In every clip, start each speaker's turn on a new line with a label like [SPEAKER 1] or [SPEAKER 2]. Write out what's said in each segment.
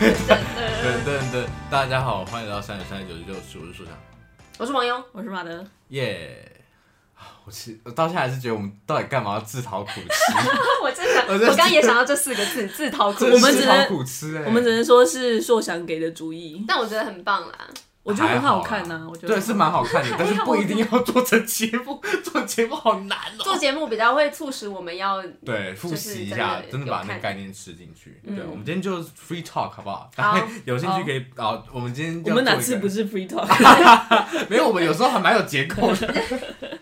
[SPEAKER 1] 等等等，大家好，欢迎来到三九三九九九，我是树长，
[SPEAKER 2] 我是王庸，
[SPEAKER 3] 我是马德，
[SPEAKER 1] 耶、啊我其我到现在还是觉得我们到底干嘛要自讨苦 吃？
[SPEAKER 2] 我真的，
[SPEAKER 1] 我
[SPEAKER 2] 我
[SPEAKER 1] 真的
[SPEAKER 2] 刚刚也想到这四个 字，自讨苦吃。
[SPEAKER 1] 真的
[SPEAKER 3] 我们
[SPEAKER 1] 是
[SPEAKER 3] 只
[SPEAKER 1] 自
[SPEAKER 3] 能
[SPEAKER 1] 讨苦吃哎、
[SPEAKER 3] 我们只能说是硕翔给的主意，
[SPEAKER 2] 但我觉得很棒啦，
[SPEAKER 3] 我觉得很好看
[SPEAKER 1] 还
[SPEAKER 3] 呐、
[SPEAKER 1] 好啊
[SPEAKER 3] 我觉得
[SPEAKER 1] 对是蛮好看的，但是
[SPEAKER 2] 还好
[SPEAKER 1] 不一定要做成节目， 做节目好难哦、
[SPEAKER 2] 做节目比较会促使我们要
[SPEAKER 1] 对，复习一下，
[SPEAKER 2] 就是真的有
[SPEAKER 1] 真的把那
[SPEAKER 2] 看
[SPEAKER 1] 个概念吃进去。
[SPEAKER 2] 嗯
[SPEAKER 1] 对，我们今天就是 free talk 好不好？
[SPEAKER 2] 好
[SPEAKER 1] 大家有兴趣
[SPEAKER 3] 好
[SPEAKER 1] 可以啊，我们今天要
[SPEAKER 3] 我们哪
[SPEAKER 1] 做一
[SPEAKER 3] 次
[SPEAKER 1] 个
[SPEAKER 3] 不是 free talk？
[SPEAKER 1] 没有，我们有时候还蛮有结构 的。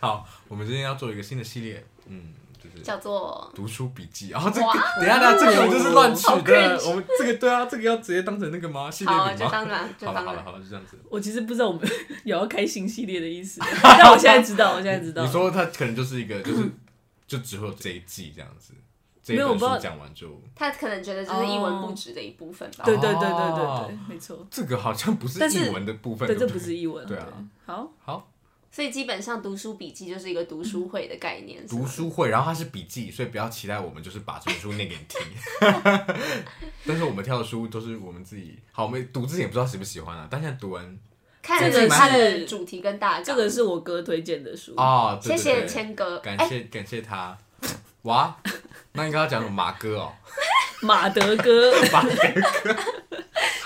[SPEAKER 1] 好，我们今天要做一个新的系列，嗯，就是
[SPEAKER 2] 叫做
[SPEAKER 1] 读书笔记。然后这个
[SPEAKER 2] 哇，
[SPEAKER 1] 等一下，等一下，这个我们就是乱取
[SPEAKER 2] 好
[SPEAKER 1] 的。
[SPEAKER 2] cringe
[SPEAKER 1] 我们这个对啊，这个要直接当成那个吗？系列
[SPEAKER 2] 好，啊
[SPEAKER 1] 名
[SPEAKER 2] 就
[SPEAKER 1] 吗？
[SPEAKER 2] 当然，就
[SPEAKER 1] 好了
[SPEAKER 2] 当
[SPEAKER 1] 好了
[SPEAKER 2] 然，
[SPEAKER 1] 好了，就这样子。
[SPEAKER 3] 我其实不知道我们 有要开新系列的意思，但我现在知道，我现在知道
[SPEAKER 1] 你。说它可能就是一个，就是就只会有这一季这样子，这一
[SPEAKER 3] 没有我
[SPEAKER 1] 本
[SPEAKER 3] 不知道
[SPEAKER 1] 书讲完就。
[SPEAKER 2] 他可能觉得就是一文不值的一部分吧。
[SPEAKER 3] 对对对对对
[SPEAKER 1] 哦
[SPEAKER 3] 对，没错，
[SPEAKER 1] 这个好像不是
[SPEAKER 3] 但是
[SPEAKER 1] 译文的部分，
[SPEAKER 3] 对，
[SPEAKER 1] 对
[SPEAKER 3] 这
[SPEAKER 1] 对
[SPEAKER 3] 不是译文。
[SPEAKER 1] 对啊，
[SPEAKER 3] 好，
[SPEAKER 1] 好，
[SPEAKER 2] 所以基本上读书笔记就是一个读书会的概念。是吗
[SPEAKER 1] 读书会，然后它是笔记，所以不要期待我们就是把这本书念给你 听。但是我们挑的书都是我们自己，好，我们读之前也不知道喜不喜欢啊，但现在读完
[SPEAKER 2] 看
[SPEAKER 1] 这
[SPEAKER 2] 着
[SPEAKER 1] 个
[SPEAKER 2] 它的
[SPEAKER 3] 是
[SPEAKER 2] 主题跟大纲。
[SPEAKER 3] 这个是我哥推荐的书，
[SPEAKER 1] 哦，对
[SPEAKER 2] 谢
[SPEAKER 1] 对
[SPEAKER 2] 谢
[SPEAKER 1] 对
[SPEAKER 2] 谦哥，
[SPEAKER 1] 感
[SPEAKER 2] 哎，
[SPEAKER 1] 谢感谢他。哇，那你刚刚讲什么马哥 哦？
[SPEAKER 3] 马德哥。
[SPEAKER 1] 马哥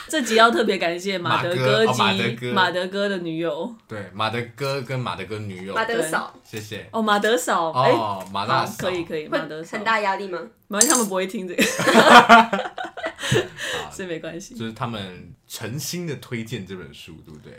[SPEAKER 3] 这集要特别感谢马德哥
[SPEAKER 1] 马哥哦马德
[SPEAKER 3] 及
[SPEAKER 1] 哥
[SPEAKER 3] 马德哥的女友
[SPEAKER 1] 对，马的哥跟马的哥女友
[SPEAKER 2] 马，德嫂
[SPEAKER 1] 谢谢。
[SPEAKER 3] 哦，马德嫂，哎、
[SPEAKER 1] 哦，马大
[SPEAKER 3] 好，
[SPEAKER 1] 嫂
[SPEAKER 3] 可以可以，
[SPEAKER 2] 会
[SPEAKER 3] 马德嫂
[SPEAKER 2] 很，大压力吗？
[SPEAKER 3] 没关系，他们不会听这个，
[SPEAKER 1] 好
[SPEAKER 3] 是没关系，
[SPEAKER 1] 就是他们诚心的推荐这本书，对不对？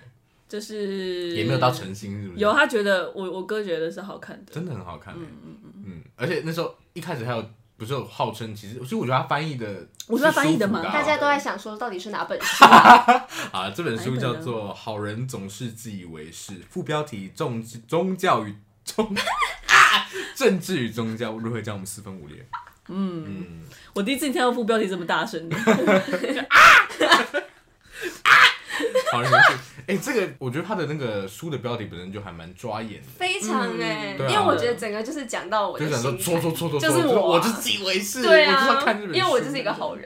[SPEAKER 3] 就是
[SPEAKER 1] 也没有到诚心，是不是？
[SPEAKER 3] 有，啊他觉得我我哥觉得是好看的，
[SPEAKER 1] 真的很好看、欸。嗯嗯嗯。而且那时候一开始还有不是有号称，其实其实我觉得他翻译的，
[SPEAKER 3] 我觉得他翻译得蛮
[SPEAKER 1] 是舒服
[SPEAKER 3] 好
[SPEAKER 1] 啊
[SPEAKER 2] 大家都在想说到底是哪本书？
[SPEAKER 1] 啊，这本书叫做《好人总是自以为是》，副标题宗宗教与 宗啊政治与宗教如何将我们四分五裂。
[SPEAKER 3] 我第一次听到副标题这么 大声的，
[SPEAKER 1] 好人总是，哎、这个我觉得他的那个书的标题本身就还蛮抓眼的。
[SPEAKER 2] 非常哎，
[SPEAKER 1] 对啊
[SPEAKER 2] 因为我觉得整个就是讲到我
[SPEAKER 1] 就
[SPEAKER 2] 的
[SPEAKER 1] 想说
[SPEAKER 2] 心
[SPEAKER 1] 戳
[SPEAKER 2] 坎。
[SPEAKER 1] 戳戳戳戳，
[SPEAKER 2] 就是我
[SPEAKER 1] 我
[SPEAKER 2] 啊
[SPEAKER 1] 就是自以为是，
[SPEAKER 2] 对
[SPEAKER 1] 我
[SPEAKER 2] 啊，
[SPEAKER 1] 就是要看这本书，
[SPEAKER 2] 因为我就是一个好人。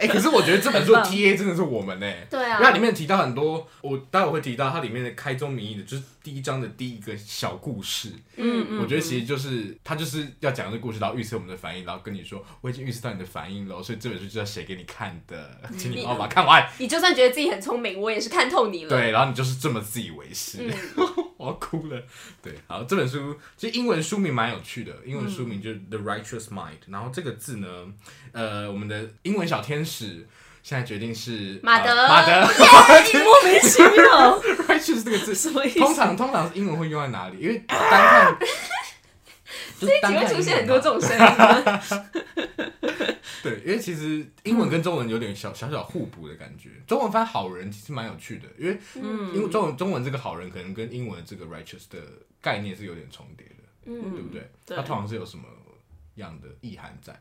[SPEAKER 1] 哎、可是我觉得这本书的
[SPEAKER 3] 很棒
[SPEAKER 1] T A 真的是我们呢、欸
[SPEAKER 2] 对
[SPEAKER 1] 因
[SPEAKER 2] 啊
[SPEAKER 1] 为它里面提到很多，我待会会提到它里面的开宗明义的，就是第一章的第一个小故事。
[SPEAKER 2] 嗯
[SPEAKER 1] 我觉得其实就是他就是要讲这个故事，然后预测我们的反应，然后跟你说我已经预测到你的反应了，所以这本书就是要写给你看的，请你
[SPEAKER 2] 嗯你
[SPEAKER 1] 帮我把它看完。
[SPEAKER 2] 你就算觉得自己很聪明，我也是看透你了。，
[SPEAKER 1] 对，然后你就是这么自以为是，
[SPEAKER 2] 嗯
[SPEAKER 1] 我要哭了。对，好，这本书其实英文书名蛮有趣的，英文书
[SPEAKER 2] 嗯
[SPEAKER 1] 名就是 The Righteous Mind，、然后这个字呢，呃，我们的英文小天使现在决定是
[SPEAKER 2] 马德
[SPEAKER 1] 呃马德
[SPEAKER 3] 莫名其妙，
[SPEAKER 1] Righteous 这个字
[SPEAKER 3] 什么意思？
[SPEAKER 1] 通常通常英文会用在哪里？因为 单看，就
[SPEAKER 2] 这一
[SPEAKER 1] 单
[SPEAKER 2] 集
[SPEAKER 1] 看
[SPEAKER 2] 会
[SPEAKER 1] 英
[SPEAKER 2] 出
[SPEAKER 1] 文
[SPEAKER 2] 现很
[SPEAKER 1] 嘛
[SPEAKER 2] 多这种声 音。
[SPEAKER 1] 对，因为其实英文跟中文有点小小小互补的感觉。中文翻好人其实蛮有趣的，因为
[SPEAKER 3] 嗯
[SPEAKER 1] 因为中文中文这个好人可能跟英文这个 righteous 的概念是有点重叠的，
[SPEAKER 2] 嗯，
[SPEAKER 1] 对不对？
[SPEAKER 3] 对
[SPEAKER 1] 它通常是有什么样的意涵在？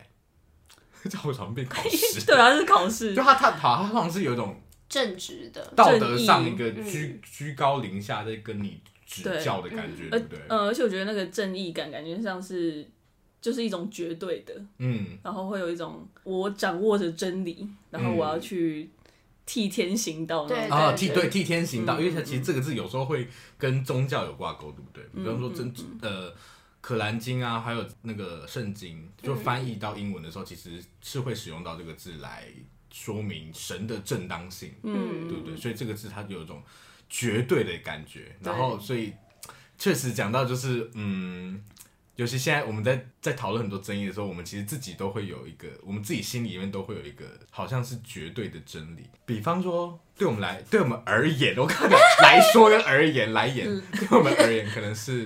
[SPEAKER 1] 在我常被考试，
[SPEAKER 3] 对啊，是考试
[SPEAKER 1] 就，他他好，他通常是有一种
[SPEAKER 2] 正直的，
[SPEAKER 1] 道德上
[SPEAKER 3] 正义嗯
[SPEAKER 1] 一个居居高临下在跟你指
[SPEAKER 3] 对
[SPEAKER 1] 教的感觉，对
[SPEAKER 3] 呃
[SPEAKER 1] 不对？
[SPEAKER 3] 呃，而且我觉得那个正义感感
[SPEAKER 2] 嗯
[SPEAKER 3] 觉像是就是一种绝对的，
[SPEAKER 1] 嗯，
[SPEAKER 3] 然后会有一种我掌握着真理，然后我要去替天行道那
[SPEAKER 2] 对
[SPEAKER 3] 种。
[SPEAKER 1] 啊，
[SPEAKER 2] 对
[SPEAKER 1] 替
[SPEAKER 2] 对嗯
[SPEAKER 1] 对替天行道，因为它其实这个字有时候会跟宗教有挂钩，对不对？比方说
[SPEAKER 2] 嗯
[SPEAKER 1] 真呃《可兰经》啊，还有那个《圣经》，
[SPEAKER 2] 嗯
[SPEAKER 1] 就翻译到英文的时候，其实是会使用到这个字来说明神的正当性，
[SPEAKER 2] 嗯
[SPEAKER 1] 对不对？所以这个字它有一种绝对的感觉，
[SPEAKER 3] 对，
[SPEAKER 1] 然后所以确实讲到就是嗯。尤其现在我们在在讨论很多争议的时候，我们其实自己都会有一个，我们自己心里面都会有一个好像是绝对的真理。比方说，对我们来，对我们而言，我看看来说跟而言来言，
[SPEAKER 2] 嗯
[SPEAKER 1] 对我们而言可能是，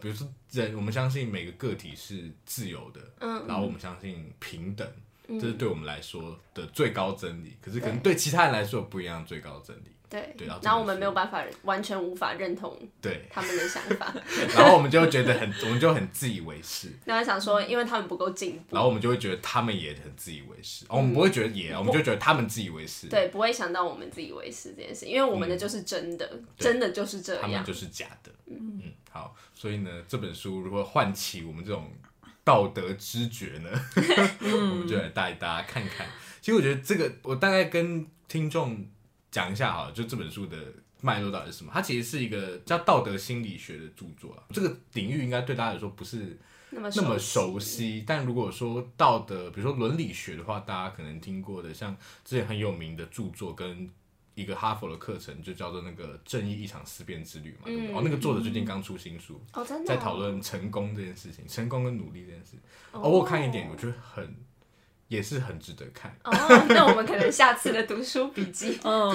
[SPEAKER 1] 比如说人，我们相信每个个体是自由的，
[SPEAKER 2] 嗯，
[SPEAKER 1] 然后我们相信平等，
[SPEAKER 2] 嗯
[SPEAKER 1] 这是对我们来说的最高真理。可是可能对其他人来说有不一样的最高真理。
[SPEAKER 2] 对
[SPEAKER 1] 对然后这个
[SPEAKER 2] 然后我们没有办法，完全无法认同
[SPEAKER 1] 对，
[SPEAKER 2] 他们的想 法，
[SPEAKER 1] 然后我们就觉得很，我们就很自以为是。
[SPEAKER 2] 然后想说，因为他们不够进步，
[SPEAKER 1] 然后我们就会觉得他们也很自以为是，哦，我们不会觉得也，我们就觉得他们自以为是，
[SPEAKER 2] 嗯对，不会想到我们自以为是这件事，因为我们的就是真的，真的就是这
[SPEAKER 1] 嗯他们
[SPEAKER 2] 样。嗯
[SPEAKER 1] 就是假的。嗯，好，所以呢，这本书如何唤起我们这种道德知 觉呢？
[SPEAKER 2] 嗯
[SPEAKER 1] 我们就来带大家看看。其实我觉得这个，我大概跟听众讲一下好了，就这本书的脉络到底是什么？它其实是一个叫道德心理学的著作啊，这个领域应该对大家来说不是
[SPEAKER 2] 那么
[SPEAKER 1] 那么
[SPEAKER 2] 熟
[SPEAKER 1] 熟，悉，但如果说道德，比如说伦理学的话，大家可能听过的，像之前很有名的著作跟一个哈佛的课程，就叫做那个《正义一场思辨之旅》
[SPEAKER 2] 嗯
[SPEAKER 1] 嘛，对不对？哦，那个作者最近刚出新书，
[SPEAKER 2] 哦，真的
[SPEAKER 1] 在
[SPEAKER 2] 哦
[SPEAKER 1] 讨论成功这件事情，成功跟努力这件事。
[SPEAKER 2] 哦
[SPEAKER 1] 哦，我有看一点，我觉得很也是很值得看。
[SPEAKER 2] 哦，那我们可能下次的读书笔记
[SPEAKER 3] 哦，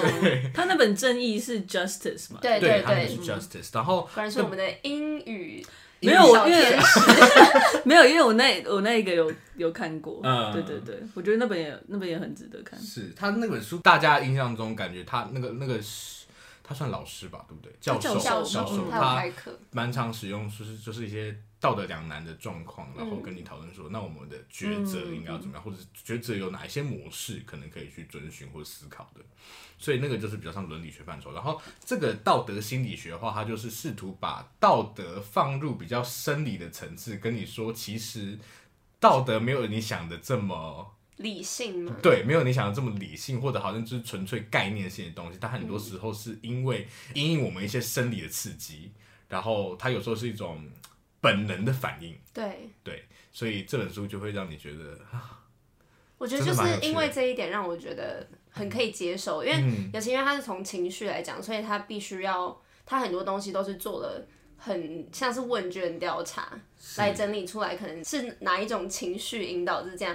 [SPEAKER 3] 他那本正义是 justice 嘛？
[SPEAKER 2] 对
[SPEAKER 1] 对，他们
[SPEAKER 2] 对
[SPEAKER 1] 是，justice，然后
[SPEAKER 2] 果然是我们的英语
[SPEAKER 3] 没有，我
[SPEAKER 2] 小
[SPEAKER 3] 因为
[SPEAKER 2] 天使
[SPEAKER 3] 没有，因为我那我那一个有有看过，
[SPEAKER 1] 嗯
[SPEAKER 3] 对对对，我觉得那本也那本也很值得看。
[SPEAKER 1] 是他那本书，大家印象中感觉他那个那个是他算老师吧，对不对？教授
[SPEAKER 3] 教
[SPEAKER 2] 教
[SPEAKER 3] 授
[SPEAKER 2] 授，嗯
[SPEAKER 1] 授，
[SPEAKER 2] 他有
[SPEAKER 1] 他
[SPEAKER 2] 开课，
[SPEAKER 1] 蛮常使用，就是就是一些道德两难的状况，然后跟你讨论说，那我们的抉择应该要怎么样，或者是抉择有哪一些模式可能可以去遵循或思考的。所以那个就是比较像伦理学范畴。然后这个道德心理学的话，它就是试图把道德放入比较生理的层次，跟你说，其实道德没有你想的这么。
[SPEAKER 2] 理性嘛，
[SPEAKER 1] 对，没有你想的这么理性，或者好像就是纯粹概念性的东西。它很多时候是因为因应我们一些生理的刺激，然后它有时候是一种本能的反应。
[SPEAKER 2] 对。
[SPEAKER 1] 对，所以这本书就会让你觉得，啊
[SPEAKER 2] 我觉得就
[SPEAKER 1] 真
[SPEAKER 2] 是
[SPEAKER 1] 的蛮有趣的嗯
[SPEAKER 2] 因为这一点让我觉得很可以接受，因为尤其因为他是从情绪来讲，所以他必须要他很多东西都是做了很像是问卷调查来整理出来，可能是哪一种情绪引导是这样。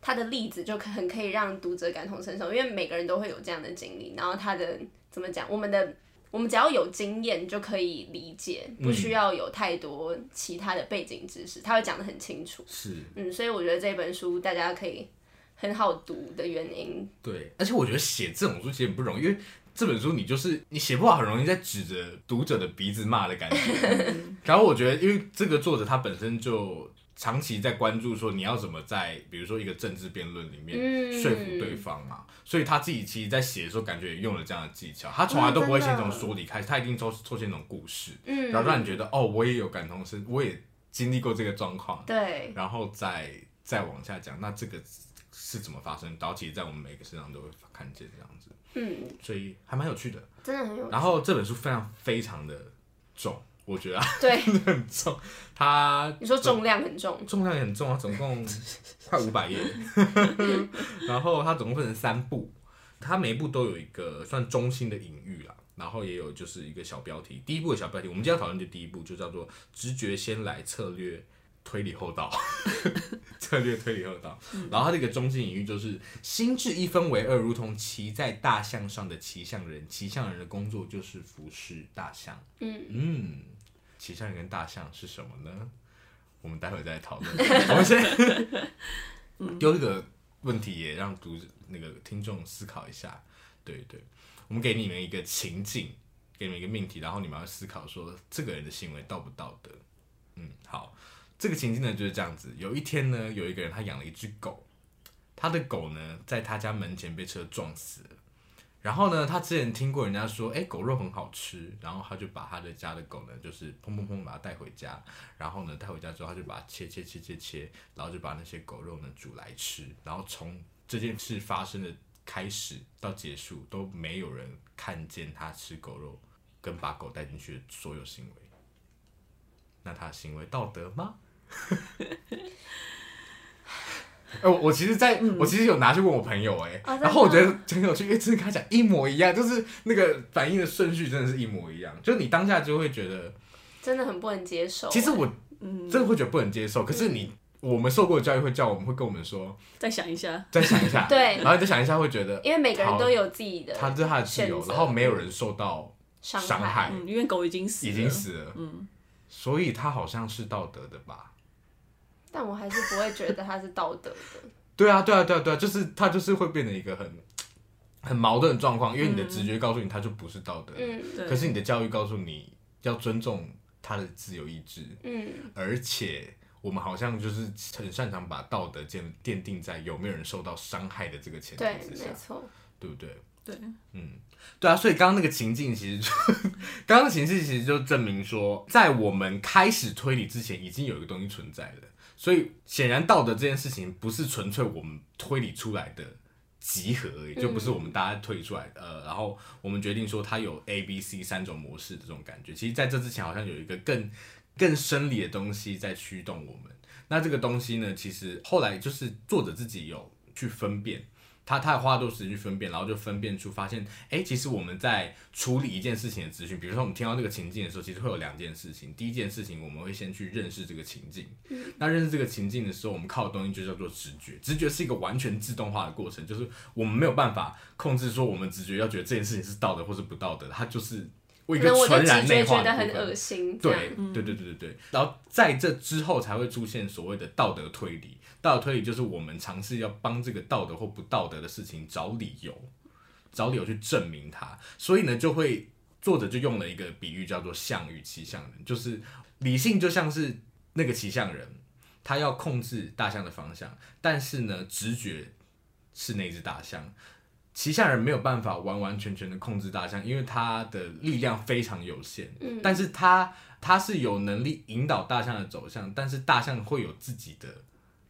[SPEAKER 2] 他的例子就可很可以让读者感同身受，因为每个人都会有这样的经历。然后他的怎么讲，我们的我们只要有经验就可以理解，
[SPEAKER 1] 嗯
[SPEAKER 2] 不需要有太多其他的背景知识，他会讲得很清楚。
[SPEAKER 1] 是
[SPEAKER 2] 嗯，所以我觉得这本书大家可以很好读的原因，
[SPEAKER 1] 对，而且我觉得写这种书其实很不容易，因为这本书你就是你写不好，很容易在指着读者的鼻子骂的 感觉。
[SPEAKER 2] 嗯
[SPEAKER 1] 然后我觉得，因为这个作者他本身就长期在关注说你要怎么在比如说一个政治辩论里面
[SPEAKER 2] 嗯
[SPEAKER 1] 说服对方嘛，所以他自己其实在写的时候感觉也用了这样的技巧，他从来都不会先从说理开始，他一定抽抽先从故事，
[SPEAKER 2] 嗯，
[SPEAKER 1] 然后让你觉得哦，我也有感同身，我也经历过这个状况，
[SPEAKER 2] 对，
[SPEAKER 1] 然后再再往下讲，那这个是怎么发生？然后其实在我们每个身上都会看见这样子，
[SPEAKER 2] 嗯，
[SPEAKER 1] 所以还蛮有趣的。
[SPEAKER 2] 真的很有
[SPEAKER 1] 然后这本书非常非常的重，我觉得、
[SPEAKER 2] 对。
[SPEAKER 1] 很重，它
[SPEAKER 2] 你说重量很重，
[SPEAKER 1] 重量也很重啊，总共快五百页。然后它总共分成三部，它每一部都有一个算中心的隐喻啦，然后也有就是一个小标题。第一部的小标题，我们今天要讨论的第一部就叫做“直觉先来，策略推理后到”， 策略推理后到。然后它这个中心隐喻就是“心智一分为二，如同骑在大象上的骑象人，骑象人的工作就是服侍大象。”
[SPEAKER 2] 嗯
[SPEAKER 1] 嗯，骑象人跟大象是什么呢？我们待会再来讨论。 我们先丢这个问题，也让读者那个听众思考一下。对对，我们给你们一个情境，给你们一个命题，然后你们要思考说这个人的行为道不道德。嗯，好，这个情境呢就是这样子。有一天呢，有一个人他养了一只狗，他的狗呢在他家门前被车撞死了。然后呢，他之前听过人家说，哎，狗肉很好吃，然后他就把他的家的狗呢，就是砰砰砰把它带回家，然后呢带回家之后，他就把它切切切切切，然后就把那些狗肉呢煮来吃，然后从这件事发生的开始到结束，都没有人看见他吃狗肉跟把狗带进去的所有行为。那他的行为道德吗？ 哎、我我其实在，我其实有拿去问我朋友、哎、
[SPEAKER 2] 嗯哦真的
[SPEAKER 1] 然后我觉得很有趣，因为真的跟他讲一模一样，就是那个反应的顺序真的是一模一样，就你当下就会觉得，
[SPEAKER 2] 真的很不能接受。
[SPEAKER 1] 其实我
[SPEAKER 2] 嗯
[SPEAKER 1] 真的会觉得不能接受，可是你我们受过的教育会叫我们会跟我们说
[SPEAKER 3] 再想一下，
[SPEAKER 1] 再想一下，
[SPEAKER 2] 对
[SPEAKER 1] 然后你再想一下会觉得
[SPEAKER 2] 因为每个人都有自己的
[SPEAKER 1] 他这是他的自由
[SPEAKER 2] 选，择
[SPEAKER 1] 然后没有人受到
[SPEAKER 2] 伤
[SPEAKER 1] 伤害
[SPEAKER 3] 嗯，因为狗已经死了，
[SPEAKER 1] 哎已经死了，嗯，所以他好像是道德的吧？
[SPEAKER 2] 但我还是不会觉得它是道德 的。
[SPEAKER 1] 对啊，对啊，对啊，对啊，就是他就是会变成一个很很矛盾的状况，因为你的直觉告诉你他就不是道德的，
[SPEAKER 2] 嗯
[SPEAKER 3] 对，
[SPEAKER 1] 可是你的教育告诉你要尊重他的自由意志，
[SPEAKER 2] 嗯，
[SPEAKER 1] 而且我们好像就是很擅长把道德建奠定在有没有人受到伤害的这个前
[SPEAKER 2] 对
[SPEAKER 1] 提，之下
[SPEAKER 2] 没，错，
[SPEAKER 1] 对不对？
[SPEAKER 3] 对，
[SPEAKER 1] 对啊，所以刚刚那个情境其实就， 刚刚的情境其实就证明说，在我们开始推理之前，已经有一个东西存在了。所以显然道德这件事情不是纯粹我们推理出来的集合而已，
[SPEAKER 2] 嗯
[SPEAKER 1] 就不是我们大家推理出来的，呃，然后我们决定说它有 A、B、C 三种模式的这种感觉。其实在这之前，好像有一个更更生理的东西在驱动我们。那这个东西呢，其实后来就是作者自己有去分辨，他他也花多时间去分辨，然后就分辨出发现，哎、其实我们在处理一件事情的资讯，比如说我们听到这个情境的时候，其实会有两件事情。第一件事情，我们会先去认识这个情境，
[SPEAKER 2] 嗯
[SPEAKER 1] 那认识这个情境的时候，我们靠的东西就叫做直觉。直觉是一个完全自动化的过程，就是我们没有办法控制说我们直觉要觉得这件事情是道德或是不道德的，它就是为一
[SPEAKER 2] 可
[SPEAKER 1] 个
[SPEAKER 2] 能我的
[SPEAKER 1] 纯
[SPEAKER 2] 直
[SPEAKER 1] 然内
[SPEAKER 2] 觉
[SPEAKER 1] 化
[SPEAKER 2] 觉
[SPEAKER 1] 的
[SPEAKER 2] 得
[SPEAKER 1] 部
[SPEAKER 2] 很
[SPEAKER 1] 分
[SPEAKER 2] 恶心，这样
[SPEAKER 1] 对对对对对对，然后在这之后才会出现所谓的道德推理。道德推理就是我们尝试要帮这个道德或不道德的事情找理由，找理由去证明它。所以呢，就会作者就用了一个比喻叫做“象与骑象人”，就是理性就像是那个骑象人，他要控制大象的方向，但是呢，直觉是那只大象。骑象人没有办法完完全全的控制大象，因为他的力量非常有限。嗯，但是他他是有能力引导大象的走向，但是大象会有自己的，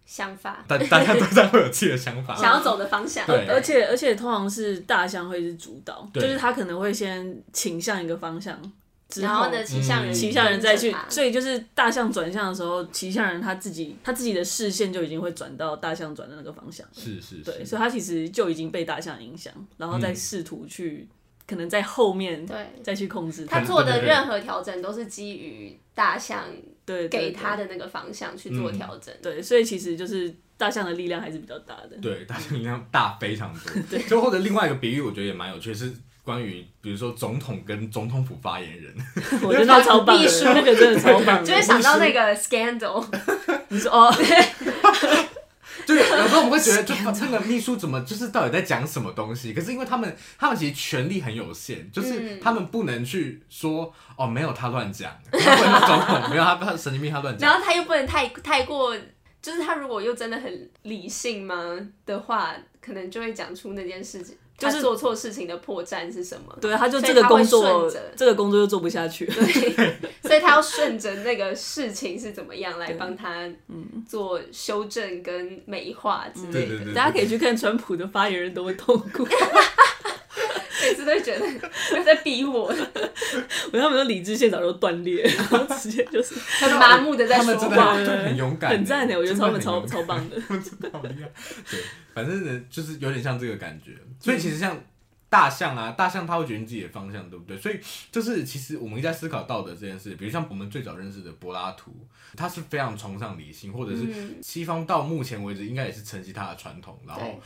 [SPEAKER 2] 想法，
[SPEAKER 1] 大大象大象会有自己的想法。
[SPEAKER 2] 想要走的方向，
[SPEAKER 1] 对
[SPEAKER 3] 而且而且通常是大象会是主导，就
[SPEAKER 1] 对
[SPEAKER 3] 是他可能会先倾向一个方向，之
[SPEAKER 2] 然后呢，骑象人
[SPEAKER 1] 嗯
[SPEAKER 3] 骑象人再去
[SPEAKER 2] 跟着，他
[SPEAKER 3] 所以就是大象转向的时候，骑象人他自己他自己的视线就已经会转到大象转的那个方向，
[SPEAKER 1] 是是
[SPEAKER 3] 对，
[SPEAKER 1] 是，嗯
[SPEAKER 3] 所以他其实就已经被大象影响，然后再试图去、可能在后面
[SPEAKER 2] 对
[SPEAKER 3] 再去控制
[SPEAKER 2] 他
[SPEAKER 1] 可能
[SPEAKER 2] 做
[SPEAKER 1] 对
[SPEAKER 2] 的
[SPEAKER 1] 对对
[SPEAKER 2] 任何调整都是基于大象
[SPEAKER 3] 对对
[SPEAKER 2] 给
[SPEAKER 3] 对
[SPEAKER 2] 他的那个方向去做调整。
[SPEAKER 3] 对，所以其实就是大象的力量还是比较大 的，
[SPEAKER 1] 对，大象力量大非常 多。就或者另外一个比喻，我觉得也蛮有趣，是关于比如说总统跟 总统府发言人，
[SPEAKER 3] 我觉得那超棒的
[SPEAKER 2] 必，输
[SPEAKER 3] 那个真的超棒 的，
[SPEAKER 2] 就会想到那个 scandal，
[SPEAKER 3] 你说哦，
[SPEAKER 1] 对，有时候我们会 觉得，就那个秘书怎么就是到底在讲什么东西？可是因为他们，他们其实权力很有限，就是他们不能去说哦，没有他乱 讲，他不能说总统没有他他神经病他乱讲。
[SPEAKER 2] 然后他又不能太太过，就是他如果又真的很理性吗的话，可能就会讲出那件事情，
[SPEAKER 3] 就是
[SPEAKER 2] 他做错事情的破绽是什么。
[SPEAKER 3] 对，他就
[SPEAKER 2] 所以
[SPEAKER 3] 这个
[SPEAKER 2] 他会
[SPEAKER 3] 工作
[SPEAKER 2] 顺 着，
[SPEAKER 3] 这个工作就做不下去。
[SPEAKER 2] 所以他要顺着那个事情是怎么样来帮他
[SPEAKER 3] 嗯
[SPEAKER 2] 做修正跟美化之
[SPEAKER 1] 对
[SPEAKER 2] 类
[SPEAKER 1] 对
[SPEAKER 2] 的，
[SPEAKER 1] 对，
[SPEAKER 3] 大家可以去看川普的发言人多么痛苦，
[SPEAKER 2] 每次都会觉得 他在逼我，
[SPEAKER 3] 我觉得他们的理智线早就断裂，然后直接就是
[SPEAKER 2] 很麻木的在
[SPEAKER 1] 他
[SPEAKER 2] 说
[SPEAKER 1] 们真的
[SPEAKER 2] 话。
[SPEAKER 1] 很很勇敢，欸
[SPEAKER 3] 很赞的，欸我觉得他们超
[SPEAKER 1] 真的很勇敢
[SPEAKER 3] 超棒的。
[SPEAKER 1] 好厉 害。对，反正呢，就是有点像这个感觉。所以其实像大象啊，大象它会决定自己的方向，对不对？所以就是其实我们一直在思考道德这件事，比如像我们最早认识的柏拉图，他是非常崇尚理性，或者是
[SPEAKER 3] 嗯
[SPEAKER 1] 西方到目前为止应该也是承袭他的传统，然后
[SPEAKER 2] 对。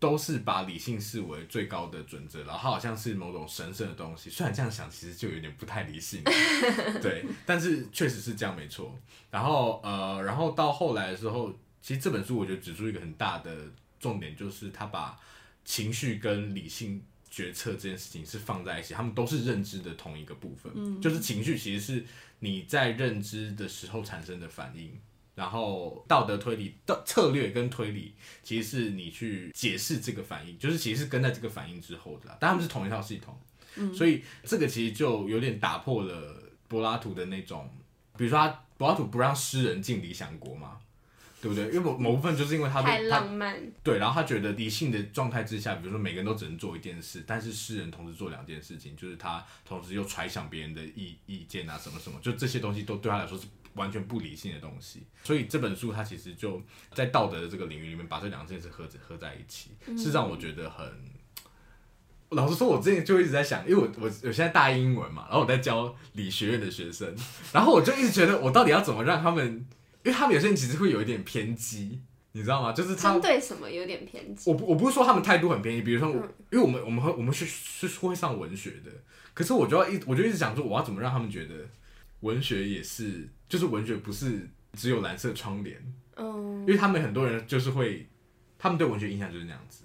[SPEAKER 1] 都是把理性视为最高的准则，然后它好像是某种神圣的东西。虽然这样想，其实就有点不太理性， 对，但是确实是这样没错。然后呃，然后到后来的时候，其实这本书我觉得指出一个很大的重点，就是他把情绪跟理性决策这件事情是放在一起，他们都是认知的同一个部分。
[SPEAKER 2] 嗯
[SPEAKER 1] 就是情绪其实是你在认知的时候产生的反应，然后道德推理的策略跟推理其实是你去解释这个反应，就是其实是跟在这个反应之后的啦，但他们是同一套系统。
[SPEAKER 2] 嗯
[SPEAKER 1] 所以这个其实就有点打破了柏拉图的那种，比如说他柏拉图不让诗人进理想国嘛，对不对？因为某某部分就是因为他
[SPEAKER 2] 太
[SPEAKER 1] 被他
[SPEAKER 2] 浪漫，
[SPEAKER 1] 对，然后他觉得理性的状态之下，比如说每个人都只能做一件事，但是诗人同时做两件事情，就是他同时又揣想别人的意意见啊，什么什么，就这些东西都对他来说是完全不理性的东西。所以这本书它其实就在道德的这个领域里面，把这两件事合合在一起，是让我觉得很。老实说，我之前就一直在想，因为我我我现在大一英文嘛，然后我在教理学院的学生，然后我就一直觉得我到底要怎么让他们，因为他们有些人其实会有一点偏激，你知道吗？就是他
[SPEAKER 2] 针对什么有点偏激。
[SPEAKER 1] 我不我不是说他们态度很偏激，比如说我，因为我们我们会我们是是是会上文学的，可是我就要一我就一直想说，我要怎么让他们觉得文学也是，就是文学不是只有蓝色窗帘，
[SPEAKER 2] 嗯，
[SPEAKER 1] 因为他们很多人就是会，他们对文学印象就是那样子，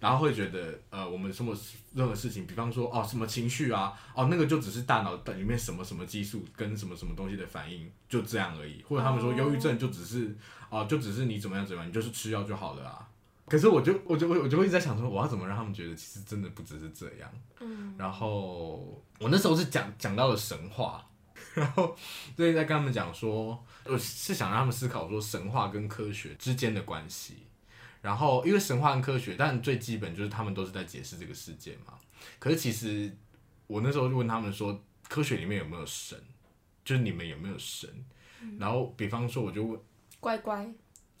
[SPEAKER 1] 然后会觉得呃，我们什么任何事情，比方说哦什么情绪啊，哦那个就只是大脑里面什么什么激素跟什么什么东西的反应，就这样而已。或者他们说
[SPEAKER 2] 哦
[SPEAKER 1] 忧郁症就只是哦、就只是你怎么样怎么样，你就是吃药就好了啊。可是我就我就我我就会一直在想说，我要怎么让他们觉得其实真的不只是这样。嗯，然后我那时候是讲讲到了神话， 然后所以在跟他们讲说，我是想让他们思考说神话跟科学之间的关系。然后因为神话跟科学，但最基本就是他们都是在解释这个世界嘛。可是其实我那时候就问他们说，科学里面有没有神？就是你们有没有神？然后比方说，我就问。
[SPEAKER 2] 乖乖，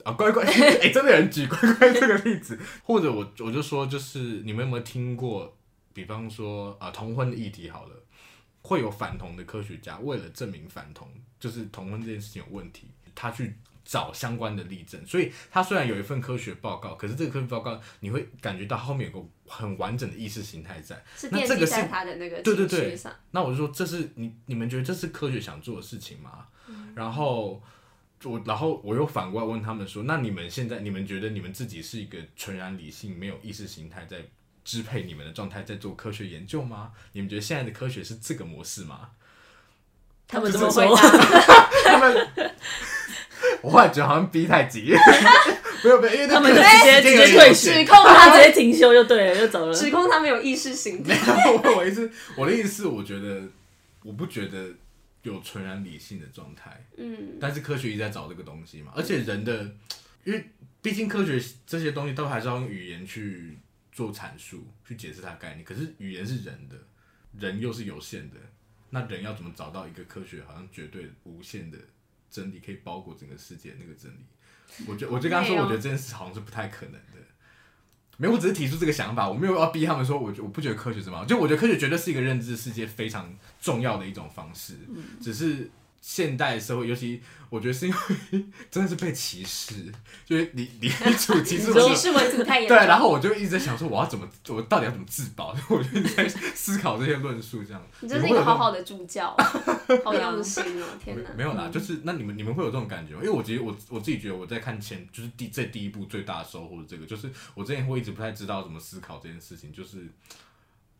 [SPEAKER 1] 啊，乖 乖，哎、真的有人举乖乖这个例子， 或者我我就说，就是你们有没有听过，比方说啊、同婚的议题好了，会有反同的科学家为了证明反同就是同婚这件事情有问题，他去找相关的例证，所以他虽然有一份科学报告，可是这个科学报告你会感觉到后面有个很完整的意识形态在。
[SPEAKER 2] 是
[SPEAKER 1] 那
[SPEAKER 2] 奠
[SPEAKER 1] 这
[SPEAKER 2] 基
[SPEAKER 1] 个是
[SPEAKER 2] 在他的那个
[SPEAKER 1] 对对
[SPEAKER 2] 情
[SPEAKER 1] 对
[SPEAKER 2] 绪上。
[SPEAKER 1] 那我就说，这是你你们觉得这是科学想做的事情吗？然后我然后我又反过来问他们说，那你们现在你们觉得你们自己是一个纯然理性、没有意识形态在支配你们的状态，在做科学研究吗？你们觉得现在的科学是这个模式吗？
[SPEAKER 3] 他们
[SPEAKER 2] 怎
[SPEAKER 3] 这
[SPEAKER 2] 么回
[SPEAKER 3] 么 说，
[SPEAKER 2] 答？
[SPEAKER 1] 他们，我忽然觉得好像逼太急， 没有没有，因为那
[SPEAKER 3] 他们
[SPEAKER 1] 个
[SPEAKER 3] 就直接
[SPEAKER 1] 时间
[SPEAKER 3] 直
[SPEAKER 1] 有
[SPEAKER 3] 接
[SPEAKER 1] 点
[SPEAKER 3] 退
[SPEAKER 1] 有
[SPEAKER 3] 学
[SPEAKER 1] 限
[SPEAKER 2] 指控
[SPEAKER 3] 他
[SPEAKER 2] 他
[SPEAKER 3] 直接停休就对了，就走了。
[SPEAKER 2] 指控他没有意识形
[SPEAKER 1] 没
[SPEAKER 2] 态。
[SPEAKER 1] 有，我意思，我的意思是，我觉得我不觉得有纯然理性的状态。
[SPEAKER 2] 嗯，
[SPEAKER 1] 但是科学一直在找这个东西嘛，而且人的，因为毕竟科学这些东西都还是要用语言去做阐述、去解释它的概念。可是语言是人的，人又是有限的，那人要怎么找到一个科学好像绝对无限的真理，可以包裹整个世界的那个真理？我觉我就跟他说，
[SPEAKER 2] 没有
[SPEAKER 1] 我觉得这件事好像是哦不太可能的。没有，我只是提出这个想法，我没有要逼他们说，我觉我不觉得科学怎么样，就我觉得科学绝对是一个认知世界非常重要的一种方式，只是现代社会，尤其我觉得是因为 真的是被歧视，就是你你 你主歧视我
[SPEAKER 2] 歧
[SPEAKER 1] 的。
[SPEAKER 2] 视文组太严
[SPEAKER 1] 对，
[SPEAKER 2] 重。
[SPEAKER 1] 然后我就一直在想说，我要怎么，我到底要怎么自保？ 我就一直在思考这些论述，这样。
[SPEAKER 2] 你真是
[SPEAKER 1] 们
[SPEAKER 2] 一
[SPEAKER 1] 会有
[SPEAKER 2] 个
[SPEAKER 1] 这种
[SPEAKER 2] 好好的助 教，好用心哦！天哪，
[SPEAKER 1] 没有啦，就是那你们你们会有这种感觉吗？因为我其实我我自己觉得我在看前就是第这第一部最大的收获是这个，就是我之前会一直不太知道怎么思考这件事情，就是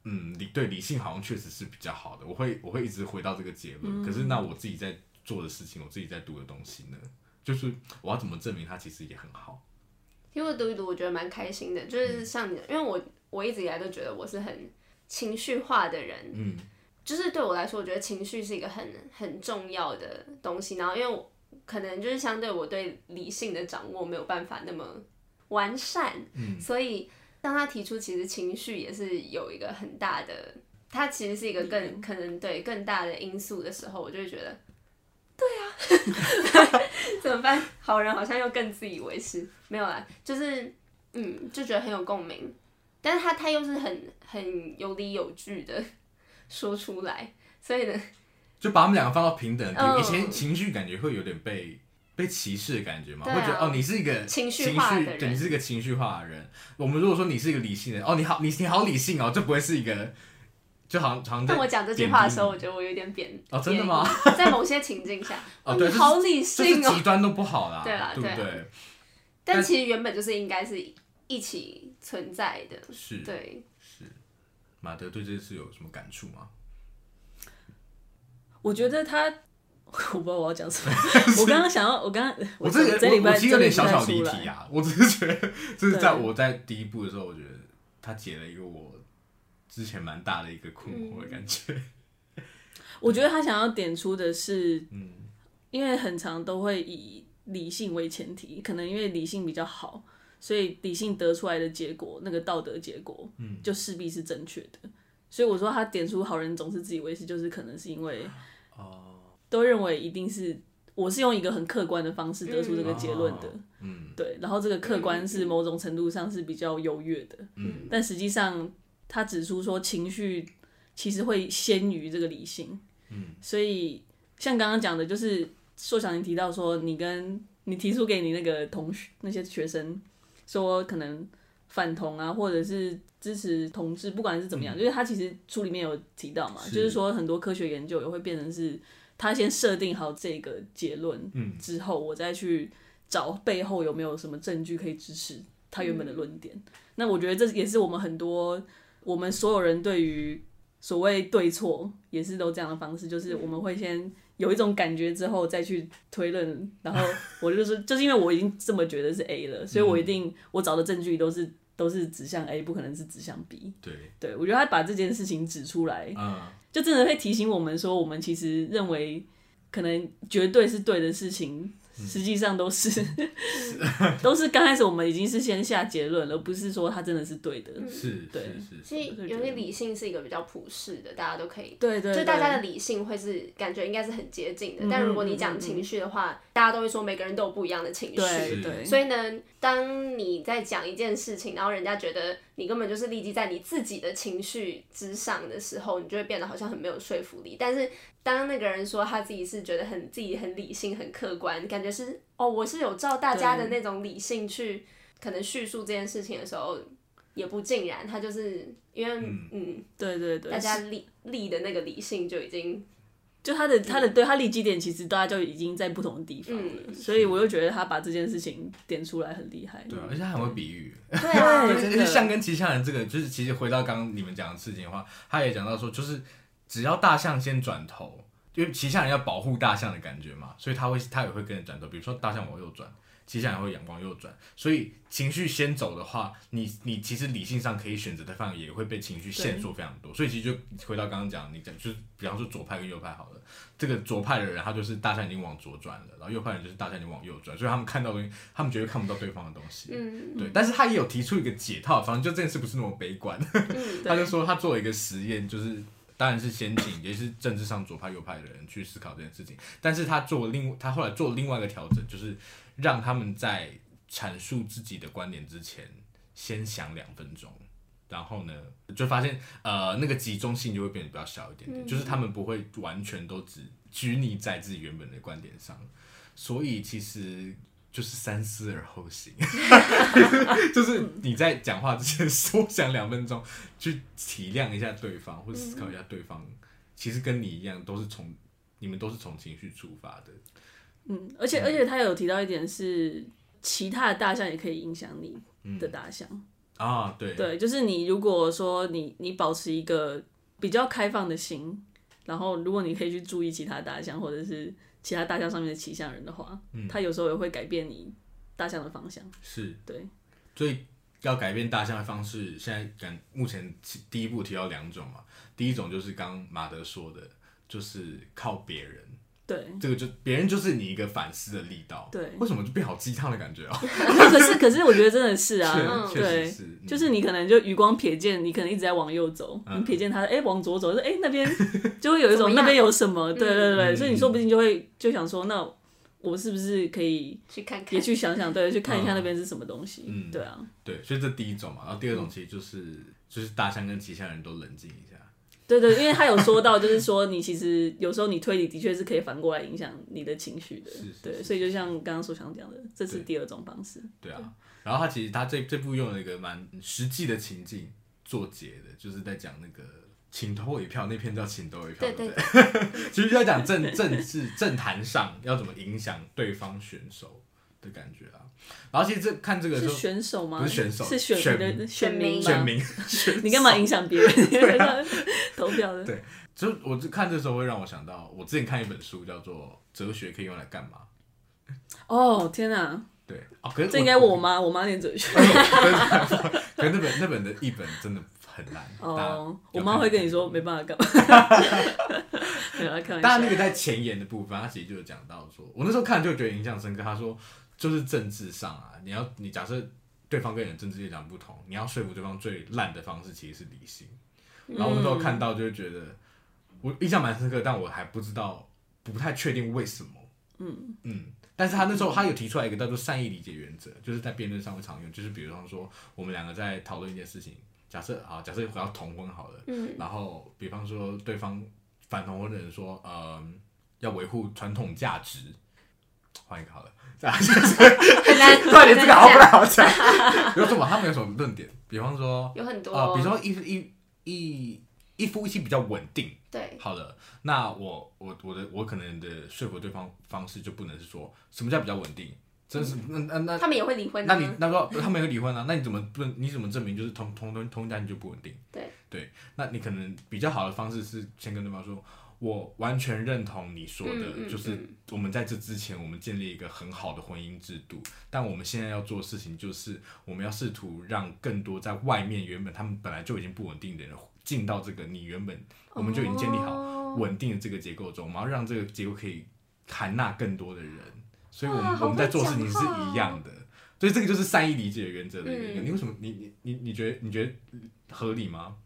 [SPEAKER 1] 嗯理对理性好像确实是比较好的，我会我会一直回到这个结论。可是那
[SPEAKER 2] 嗯
[SPEAKER 1] 我自己在做的事情，我自己在读的东西呢，就是我要怎么证明它其实也很好？
[SPEAKER 2] 因为读一读，我觉得蛮开心的。就是像你，因为我我一直以来都觉得我是很情绪化的人，
[SPEAKER 1] 嗯
[SPEAKER 2] 就是对我来说，我觉得情绪是一个很很重要的东西。然后因为我可能就是相对我对理性的掌握没有办法那么完善，
[SPEAKER 1] 嗯
[SPEAKER 2] 所以当他提出，其实情绪也是有一个很大的，它其实是一个更可能对更大的因素的时候，我就会觉得，对啊， 怎么办？好人好像又更自以为是，没有啦，就是嗯，就觉得很有共鸣，但是他他又是很很有理有据的说出来，所以呢，
[SPEAKER 1] 就把他们两个放到平等的地
[SPEAKER 2] 嗯
[SPEAKER 1] 位，以前情绪感觉会有点被被歧视的感觉嘛，
[SPEAKER 2] 对
[SPEAKER 1] 会
[SPEAKER 2] 啊
[SPEAKER 1] 觉得哦你是一个
[SPEAKER 2] 情绪
[SPEAKER 1] 情
[SPEAKER 2] 化的
[SPEAKER 1] 对
[SPEAKER 2] 人
[SPEAKER 1] 你是一个情绪化的人。我们如果说你是一个理性的人，哦你好你你好理性哦，这不会是一个就好像好像在
[SPEAKER 2] 当我讲这句话的时候，我觉得我有点贬
[SPEAKER 1] 哦真的吗？
[SPEAKER 2] 贬义在某些情境下，
[SPEAKER 1] 哦
[SPEAKER 2] 哇
[SPEAKER 1] 对
[SPEAKER 2] 你
[SPEAKER 1] 这是
[SPEAKER 2] 好理
[SPEAKER 1] 就是
[SPEAKER 2] 性哦，
[SPEAKER 1] 极端都不好啦，
[SPEAKER 2] 对啦
[SPEAKER 1] 对不
[SPEAKER 2] 对啊
[SPEAKER 1] 对？
[SPEAKER 2] 但
[SPEAKER 1] 但
[SPEAKER 2] 其实原本就是应该是一起存在的，
[SPEAKER 1] 是
[SPEAKER 2] 对，
[SPEAKER 1] 是。马德对这件事有什么感触吗？
[SPEAKER 3] 我觉得他，我不知道我要讲 什么。我刚刚想要，我刚刚
[SPEAKER 1] 我
[SPEAKER 3] 这
[SPEAKER 1] 这
[SPEAKER 3] 这礼
[SPEAKER 1] 我
[SPEAKER 3] 拜
[SPEAKER 1] 其实有点
[SPEAKER 3] 这
[SPEAKER 1] 小
[SPEAKER 3] 礼拜
[SPEAKER 1] 小
[SPEAKER 3] 出
[SPEAKER 1] 离
[SPEAKER 3] 来
[SPEAKER 1] 题啊，我只是觉得这是在
[SPEAKER 3] 对
[SPEAKER 1] 我在第一部的时候，我觉得他解了一个我之前蛮大的一个困惑的感觉。
[SPEAKER 3] 我觉得他想要点出的是，
[SPEAKER 1] 嗯
[SPEAKER 3] 因为很常都会以理性为前提，可能因为理性比较好，所以理性得出来的结果，那个道德结果，嗯，就势必是正确的。所以我说他点出好人总是自以为是，就是可能是因为
[SPEAKER 1] 哦，
[SPEAKER 3] 都认为一定是我是用一个很客观的方式得出这个结论的，
[SPEAKER 1] 哦嗯
[SPEAKER 3] 对，然后这个客观是某种程度上是比较优越的，
[SPEAKER 1] 嗯，
[SPEAKER 3] 但实际上他指出说情绪其实会先于这个理性，
[SPEAKER 1] 嗯，
[SPEAKER 3] 所以像刚刚讲的，就是硕祥你提到说你跟你提出给你那个同学那些学生说可能反同啊，或者是支持同志，不管是怎么样，就是他其实书里面有提到嘛，
[SPEAKER 1] 嗯是
[SPEAKER 3] 就是说很多科学研究也会变成是他先设定好这个结论，
[SPEAKER 1] 嗯，
[SPEAKER 3] 之后我再去找背后有没有什么证据可以支持他原本的论点。那我觉得这也是我们很多我们所有人对于所谓对错也是都这样的方式，就是我们会先有一种感觉之后再去推论，然后我就是就是因为我已经这么觉得是 A 了，所以我一定我找的证据都是都是指向 A，不可能是指向 B。
[SPEAKER 1] 对，
[SPEAKER 3] 对我觉得他把这件事情指出来，
[SPEAKER 1] 嗯，
[SPEAKER 3] 就真的会提醒我们说，我们其实认为可能绝对是对的事情，实际上都是 都是刚开始我们已经是先下结论了，而不是说它真的是对的。
[SPEAKER 2] 嗯
[SPEAKER 1] 是，
[SPEAKER 3] 对
[SPEAKER 1] 是是
[SPEAKER 2] 所
[SPEAKER 1] 是，
[SPEAKER 2] 以有些理性是一个比较普世的，大家都可以。
[SPEAKER 3] 对对
[SPEAKER 2] 就大家
[SPEAKER 3] 对
[SPEAKER 2] 的理性会是感觉应该是很接近的，
[SPEAKER 3] 嗯
[SPEAKER 2] 但如果
[SPEAKER 3] 嗯
[SPEAKER 2] 你
[SPEAKER 3] 嗯
[SPEAKER 2] 讲
[SPEAKER 3] 嗯
[SPEAKER 2] 情绪的话，大家都会说每个人都有不一样的情绪，
[SPEAKER 3] 对
[SPEAKER 1] 是
[SPEAKER 3] 对，
[SPEAKER 2] 所以呢，当你在讲一件事情，然后人家觉得你根本就是立即在你自己的情绪之上的时候，你就会变得好像很没有说服力。但是当那个人说他自己是觉得很自己很理性、很客观，感觉是哦，我是有照大家的那种理性去可能叙述这件事情的时候，也不尽然，他就是因为嗯
[SPEAKER 3] 对对对，
[SPEAKER 2] 大家立立的那个理性就已经
[SPEAKER 3] 就他的他的对他立基点，其实大家就已经在不同的地方了，
[SPEAKER 2] 嗯
[SPEAKER 3] 所以我又觉得他把这件事情点出来很厉害。
[SPEAKER 1] 对啊，而且他很会比喻，
[SPEAKER 2] 对
[SPEAKER 3] 啊
[SPEAKER 1] 而
[SPEAKER 3] 真
[SPEAKER 1] 且
[SPEAKER 3] 的
[SPEAKER 1] 象跟骑象人这个，就是其实回到刚刚你们讲的事情的话，他也讲到说，就是只要大象先转头，因为骑象人要保护大象的感觉嘛，所以他会他也会跟着转头。比如说大象往右转，骑象人会往右转，所以情绪先走的话，你你其实理性上可以选择的范围也会被情绪限缩非常多。所以其实就回到刚刚讲，你讲就是比方说左派跟右派好了，这个左派的人他就是大象已经往左转了，然后右派人就是大象已经往右转，所以他们看到的东西，他们绝对看不到对方的东西。
[SPEAKER 2] 嗯
[SPEAKER 1] 对，但是他也有提出一个解套的方案，就这件事不是那么悲观。
[SPEAKER 2] 嗯
[SPEAKER 3] 对
[SPEAKER 1] 他就说他做了一个实验，就是当然是先请也是政治上左派右派的人去思考这件事情，但是他做另他后来做另外一个调整，就是让他们在阐述自己的观点之前先想两分钟。然后呢，就发现呃，那个集中性就会变得比较小一点点，就是他们不会完全都只拘泥在自己原本的观点上，所以其实就是三思而后行，就是你在讲话之前多想两分钟，去体谅一下对方，或者思考一下对方，其实跟你一样都是从你们都是从情绪出发的，
[SPEAKER 3] 嗯，而且而且他有提到一点是，其他的大象也可以影响你
[SPEAKER 1] 嗯
[SPEAKER 3] 的大象。
[SPEAKER 1] 啊，对，
[SPEAKER 3] 对，就是你如果说你你保持一个比较开放的心，然后如果你可以去注意其他大象或者是其他大象上面的骑象人的话，
[SPEAKER 1] 嗯
[SPEAKER 3] 他有时候也会改变你大象的方向。
[SPEAKER 1] 是，
[SPEAKER 3] 对，
[SPEAKER 1] 所以要改变大象的方式，现在感目前其第一步提到两种嘛，第一种就是刚马德说的，就是靠别人，
[SPEAKER 3] 对，
[SPEAKER 1] 这个就别人就是你一个反思的力道，
[SPEAKER 3] 对
[SPEAKER 1] 为什么就变好鸡汤的感觉哦，
[SPEAKER 3] 可 是可是我觉得真的是啊，
[SPEAKER 1] 确确嗯
[SPEAKER 3] 对
[SPEAKER 1] 实。是，嗯
[SPEAKER 3] 就是你可能就余光瞥见，你可能一直在往右走，你瞥见他，哎、往左走，就哎、那 边就会有一
[SPEAKER 2] 怎么
[SPEAKER 3] 种
[SPEAKER 2] 样
[SPEAKER 3] 那边有什么，对对对，
[SPEAKER 1] 嗯
[SPEAKER 3] 所以你说不定就会就想说，那我是不是可以
[SPEAKER 2] 去看看
[SPEAKER 3] 也，去想想，对，去看一下
[SPEAKER 1] 嗯
[SPEAKER 3] 那边是什么东西，
[SPEAKER 1] 嗯
[SPEAKER 3] 对啊，
[SPEAKER 1] 对，所以这第一种嘛，然后第二
[SPEAKER 3] 嗯
[SPEAKER 1] 种其实就是、就是大象跟骑象人都冷静一下，
[SPEAKER 3] 对对，因为他有说到，就是说你其实有时候你推理的确是可以反过来影响你的情绪的，
[SPEAKER 1] 是是
[SPEAKER 3] 对，
[SPEAKER 1] 是
[SPEAKER 3] 所以就像刚刚所想讲的，这是
[SPEAKER 1] 对
[SPEAKER 3] 第二种方式，
[SPEAKER 1] 对啊，然后他其实他这这部用了一个蛮实际的情境做结的，就是在讲那个请投我一票那篇叫请投我一票，
[SPEAKER 2] 对
[SPEAKER 1] 对
[SPEAKER 2] 对
[SPEAKER 1] 不对？其实就在讲政政治政坛上要怎么影响对方选手的感觉啊。然后其实这看这个
[SPEAKER 3] 是
[SPEAKER 1] 时候
[SPEAKER 3] 选手吗？
[SPEAKER 1] 不是选手
[SPEAKER 3] 是选
[SPEAKER 1] 选
[SPEAKER 3] 你的
[SPEAKER 1] 民
[SPEAKER 3] 选民吗
[SPEAKER 1] 选民， 啊
[SPEAKER 3] 你干嘛影响别人？ 投票的，
[SPEAKER 1] 对就我就看这时候会让我想到，我之前看一本书叫做《哲学可以用来干嘛》。
[SPEAKER 3] 哦天哪、
[SPEAKER 1] 对，哦，可是
[SPEAKER 3] 这应 该我妈，我妈念哲学。
[SPEAKER 1] 可是 那本那本的译本真的很烂。大家
[SPEAKER 3] 哦，我
[SPEAKER 1] 有
[SPEAKER 3] 妈
[SPEAKER 1] 看
[SPEAKER 3] 会跟
[SPEAKER 1] 过
[SPEAKER 3] 你说没办法干嘛。 没有啦开
[SPEAKER 1] 当
[SPEAKER 3] 玩笑。
[SPEAKER 1] 然，那个在前言的部分，他其实就有讲到说，我那时候看就觉得印象深刻。他说，就是政治上啊，你要你假设对方跟你的政治立场不同，你要说服对方最烂的方式其实是理性。然后我那时候看到就会觉得，我印象蛮深刻，但我还不知道，不太确定为什么。嗯嗯，但是他那时候他有提出来一个叫做善意理解原则，就是在辩论上会常用，就是比方说我们两个在讨论一件事情，假设啊，假设我要同婚好了，
[SPEAKER 2] 嗯，
[SPEAKER 1] 然后比方说对方反同婚的人说，嗯、要维护传统价值，换一个好了， 这样
[SPEAKER 2] 很难，
[SPEAKER 1] 快点，这个好不
[SPEAKER 2] 很难讲
[SPEAKER 1] 好讲？有什么？他们有什么论点？比方说，
[SPEAKER 2] 有很多，
[SPEAKER 1] 啊、比如说一一一一夫一妻比较稳定，
[SPEAKER 2] 对，
[SPEAKER 1] 好了，那我我我的我可能的说服对方方式就不能是说什么叫比较稳定，真是那那那
[SPEAKER 2] 他们也会离婚啊的
[SPEAKER 1] 那你
[SPEAKER 2] 吗，
[SPEAKER 1] 那说他们有离婚啊？那你怎么不能？你怎么证明就是同同同同一家庭就不稳定？
[SPEAKER 2] 对
[SPEAKER 1] 对，那你可能比较好的方式是先跟对方说，我完全认同你说的，
[SPEAKER 2] 嗯嗯
[SPEAKER 1] 就是我们在这之前，我们建立一个很好的婚姻制度，但我们现在要做的事情就是，我们要试图让更多在外面原本他们本来就已经不稳定的人进到这个你原本我们就已经建立好
[SPEAKER 2] 哦
[SPEAKER 1] 稳定的这个结构中，我们要让这个结构可以涵纳更多的人，所以我们、
[SPEAKER 2] 哇好
[SPEAKER 1] 我们在
[SPEAKER 2] 会
[SPEAKER 1] 做的事
[SPEAKER 2] 讲
[SPEAKER 1] 情是
[SPEAKER 2] 话哦
[SPEAKER 1] 一样的。所以这个就是善意理解原则的一个。
[SPEAKER 2] 嗯
[SPEAKER 1] 你为什么你你你你觉得你觉得合理吗？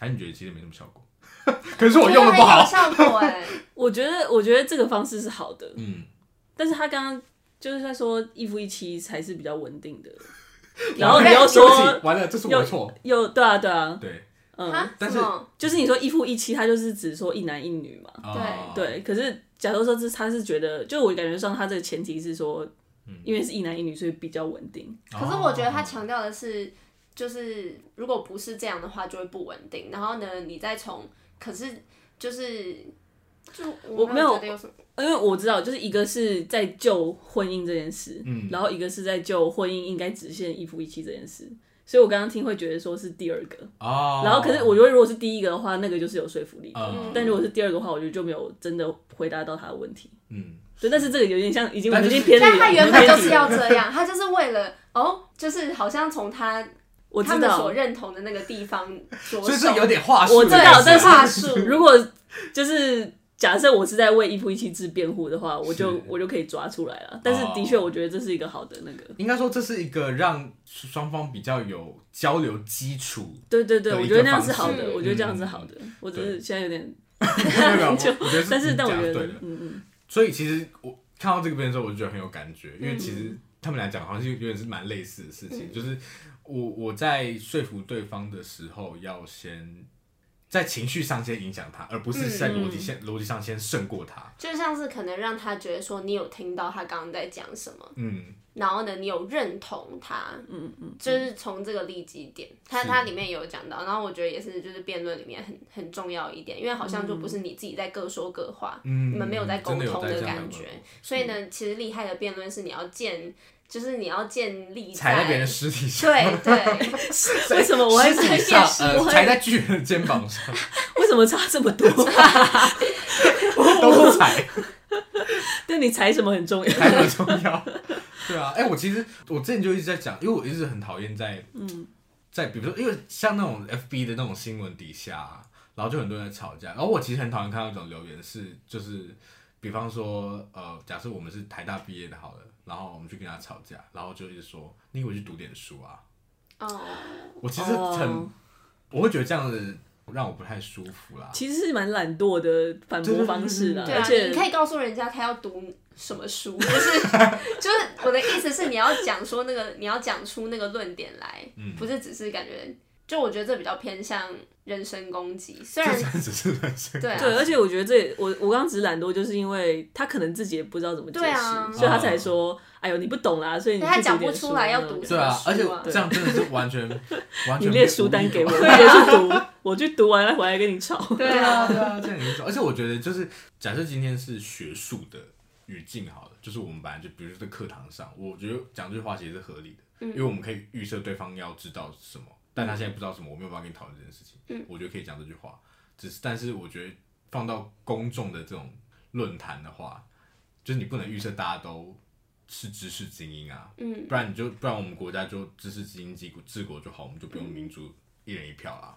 [SPEAKER 1] 还是你觉得其实没什么效果？ 可是我用的不
[SPEAKER 2] 我
[SPEAKER 1] 好。
[SPEAKER 2] 觉得很有效果 哎、
[SPEAKER 3] 我觉得，我觉得这个方式是好的，
[SPEAKER 1] 嗯，
[SPEAKER 3] 但是他刚刚就是在说一夫一妻才是比较稳定的，然后你
[SPEAKER 2] 对
[SPEAKER 3] 又
[SPEAKER 1] 对不
[SPEAKER 3] 说
[SPEAKER 1] 起，完了，这是我的错。
[SPEAKER 3] 又对啊对啊，
[SPEAKER 1] 对，
[SPEAKER 3] 嗯，
[SPEAKER 2] 啊，
[SPEAKER 1] 但是
[SPEAKER 2] 什么
[SPEAKER 3] 就是你说一夫一妻，他就是只说一男一女嘛，
[SPEAKER 1] 哦
[SPEAKER 3] 对。可是假如说这他是觉得，就我感觉上他这个前提是说，
[SPEAKER 1] 嗯
[SPEAKER 3] 因为是一男一女，所以比较稳定。
[SPEAKER 1] 哦
[SPEAKER 2] 可是我觉得他强调的是，就是如果不是这样的话，就会不稳定。然后呢，你再从，可是就是就
[SPEAKER 3] 我没有
[SPEAKER 2] 觉得有什么，
[SPEAKER 3] 因为我知道，就是一个是在救婚姻这件事，嗯，然后一个是在救婚姻应该只限一夫一妻这件事，所以我刚刚听会觉得说是第二个，
[SPEAKER 1] 哦，
[SPEAKER 3] 然后可是我觉得如果是第一个的话，那个就是有说服力的，
[SPEAKER 1] 嗯
[SPEAKER 3] 但如果是第二个的话，我觉得就没有真的回答到他的问题。
[SPEAKER 1] 嗯，
[SPEAKER 3] 对，但是这个有点像已经我
[SPEAKER 1] 但
[SPEAKER 3] 们
[SPEAKER 1] 就
[SPEAKER 3] 已
[SPEAKER 1] 是
[SPEAKER 3] 经偏离了，
[SPEAKER 2] 但他原
[SPEAKER 3] 我们
[SPEAKER 2] 本就
[SPEAKER 3] 偏离
[SPEAKER 2] 是
[SPEAKER 3] 了
[SPEAKER 2] 要这样，他就是为了哦，就是好像从他
[SPEAKER 3] 我
[SPEAKER 2] 他
[SPEAKER 3] 知
[SPEAKER 2] 们
[SPEAKER 3] 道
[SPEAKER 2] 所，认同的那个地方着
[SPEAKER 1] 所以
[SPEAKER 2] 手
[SPEAKER 1] 这。有点话术。
[SPEAKER 3] 我知
[SPEAKER 2] 对
[SPEAKER 3] 道，
[SPEAKER 2] 是话
[SPEAKER 3] 但
[SPEAKER 2] 术
[SPEAKER 3] 是如果就是假设我是在为一夫一妻制辩护的话，我就是我就可以抓出来了。但是的确，我觉得这是一个好的那个，
[SPEAKER 1] 应该说这是一个让双方比较有交流基础。
[SPEAKER 3] 对对对，
[SPEAKER 1] 有一个
[SPEAKER 3] 我觉得那样是好
[SPEAKER 2] 方
[SPEAKER 3] 的，
[SPEAKER 2] 式
[SPEAKER 3] 我觉得这样是好的。我只
[SPEAKER 1] 对
[SPEAKER 3] 是现在有点，
[SPEAKER 1] 没有没有，我
[SPEAKER 3] 就
[SPEAKER 1] 我觉得
[SPEAKER 3] 但是
[SPEAKER 1] 这
[SPEAKER 3] 但我
[SPEAKER 1] 样
[SPEAKER 3] 觉
[SPEAKER 1] 对
[SPEAKER 3] 得
[SPEAKER 1] 的，。
[SPEAKER 3] 嗯嗯，
[SPEAKER 1] 所以其实我看到这个边的时候，我就觉得很有感觉，因为其实他们俩讲好像是有点是蛮类似的事
[SPEAKER 3] 嗯
[SPEAKER 1] 情，就是我我在说服对方的时候，要先在情绪上先影响他，而不是在逻辑
[SPEAKER 3] 嗯
[SPEAKER 1] 先逻辑上先胜过他。
[SPEAKER 2] 就像是可能让他觉得说你有听到他刚刚在讲什么，
[SPEAKER 1] 嗯，
[SPEAKER 2] 然后呢，你有认同他，嗯嗯，就是从这个利基点，他
[SPEAKER 1] 是
[SPEAKER 2] 他里面也有讲到，然后我觉得也是就是辩论里面很很重要一点，因为好像就不是你自己在各说各话，
[SPEAKER 1] 嗯
[SPEAKER 2] 你们没有在沟
[SPEAKER 1] 真的有
[SPEAKER 2] 通
[SPEAKER 1] 在这样嗯
[SPEAKER 2] 感觉
[SPEAKER 1] 沟通，
[SPEAKER 2] 所以呢，其实厉害的辩论是你要建，就是你要建立
[SPEAKER 1] 踩在
[SPEAKER 2] 在
[SPEAKER 1] 别人尸体上，
[SPEAKER 2] 对对，
[SPEAKER 3] 为什么 我还
[SPEAKER 1] 尸体
[SPEAKER 3] 在
[SPEAKER 1] 上
[SPEAKER 3] 解释？
[SPEAKER 1] 呃
[SPEAKER 3] 我
[SPEAKER 1] 踩
[SPEAKER 3] 还
[SPEAKER 1] 在巨人的肩膀上
[SPEAKER 3] 为什么差这么多？
[SPEAKER 1] 都是踩，
[SPEAKER 3] 但你踩什么很重要。
[SPEAKER 1] 踩很重要。 对啊，哎、我其实我之前就一直在讲，因为我一直很讨厌在
[SPEAKER 3] 嗯，
[SPEAKER 1] 在比如说，因为像那种 FB 的那种新闻底下啊、然后就很多人在吵架。然后我其实很讨厌看到一种留言是，就是比方说，呃，假设我们是台大毕业的好了，然后我们去跟他吵架，然后就一直说你以为去读点书啊？
[SPEAKER 2] 哦，
[SPEAKER 1] 我其实很，
[SPEAKER 3] 哦
[SPEAKER 1] 我会觉得这样子让我不太舒服啦。
[SPEAKER 3] 其实是蛮懒惰的反驳方式啦，
[SPEAKER 2] 对
[SPEAKER 3] 而
[SPEAKER 2] 啊，
[SPEAKER 3] 且
[SPEAKER 2] 你可以告诉人家他要读什么书，就是 就是我的意思是你要讲说那个你要讲出那个论点来，
[SPEAKER 1] 嗯
[SPEAKER 2] 不是只是感觉，就我觉得这比较偏向人身攻击，虽然
[SPEAKER 1] 这真的只是人生。
[SPEAKER 2] 对啊
[SPEAKER 3] 对，而且我觉得这也我我刚刚只是懒惰，就是因为他可能自己也不知道怎么解释，
[SPEAKER 2] 对啊
[SPEAKER 3] 所以他才说：“哎呦，你不懂啦。”所以你
[SPEAKER 2] 对他
[SPEAKER 3] 去读
[SPEAKER 2] 讲不
[SPEAKER 3] 点书
[SPEAKER 2] 出来要
[SPEAKER 3] 那种
[SPEAKER 2] 读
[SPEAKER 1] 对啊，而且
[SPEAKER 2] 什么书啊
[SPEAKER 1] 这样真的是完 全完
[SPEAKER 3] 你
[SPEAKER 1] 全
[SPEAKER 3] 列书单给我，
[SPEAKER 1] 无力
[SPEAKER 3] 我也去读，我去读完了回来跟你吵。
[SPEAKER 2] 对
[SPEAKER 1] 对啊，
[SPEAKER 2] 啊，
[SPEAKER 1] 对啊，这样也是。而且我觉得，就是假设今天是学术的语境好了，就是我们本来就，比如说在课堂上，我觉得讲这句话其实是合理的，因为我们可以预设对方要知道什么，但他现在不知道什么，我没有办法跟你讨论这件事情。
[SPEAKER 2] 嗯，
[SPEAKER 1] 我觉得可以讲这句话，只是但是我觉得放到公众的这种论坛的话，就是你不能预设大家都是知识精英啊，
[SPEAKER 2] 嗯，
[SPEAKER 1] 不然你就不然我们国家就知识精英治国治国就好，我们就不用民主一人一票啦。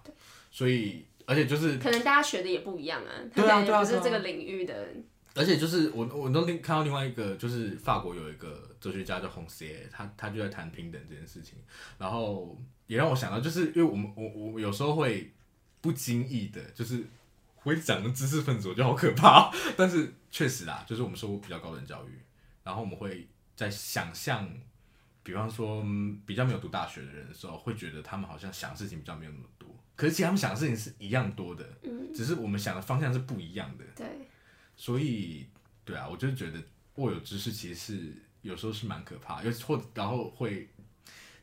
[SPEAKER 1] 所以，而且就是
[SPEAKER 2] 可能大家学的也不一样啊，他
[SPEAKER 1] 对啊
[SPEAKER 2] 可能
[SPEAKER 1] 对啊
[SPEAKER 2] 也不是
[SPEAKER 1] 对啊
[SPEAKER 2] 这个领域的，
[SPEAKER 1] 而且就是我我都另看到另外一个，就是法国有一个哲学家叫洪塞，他他就在谈平等这件事情，然后也让我想到，就是因为我们我我我有时候会不经意的，就是我一讲的知识分子，我觉得好可怕哦、 但是确实啦，就是我们受过比较高等教育，然后我们会在想象，比方说、嗯比较没有读大学的人的时候，会觉得他们好像想的事情比较没有那么多，可是其实他们想的事情是一样多的，
[SPEAKER 2] 嗯，
[SPEAKER 1] 只是我们想的方向是不一样的。
[SPEAKER 2] 对，
[SPEAKER 1] 所以，对啊，我就觉得握有知识其实是有时候是蛮可怕，又或然后会，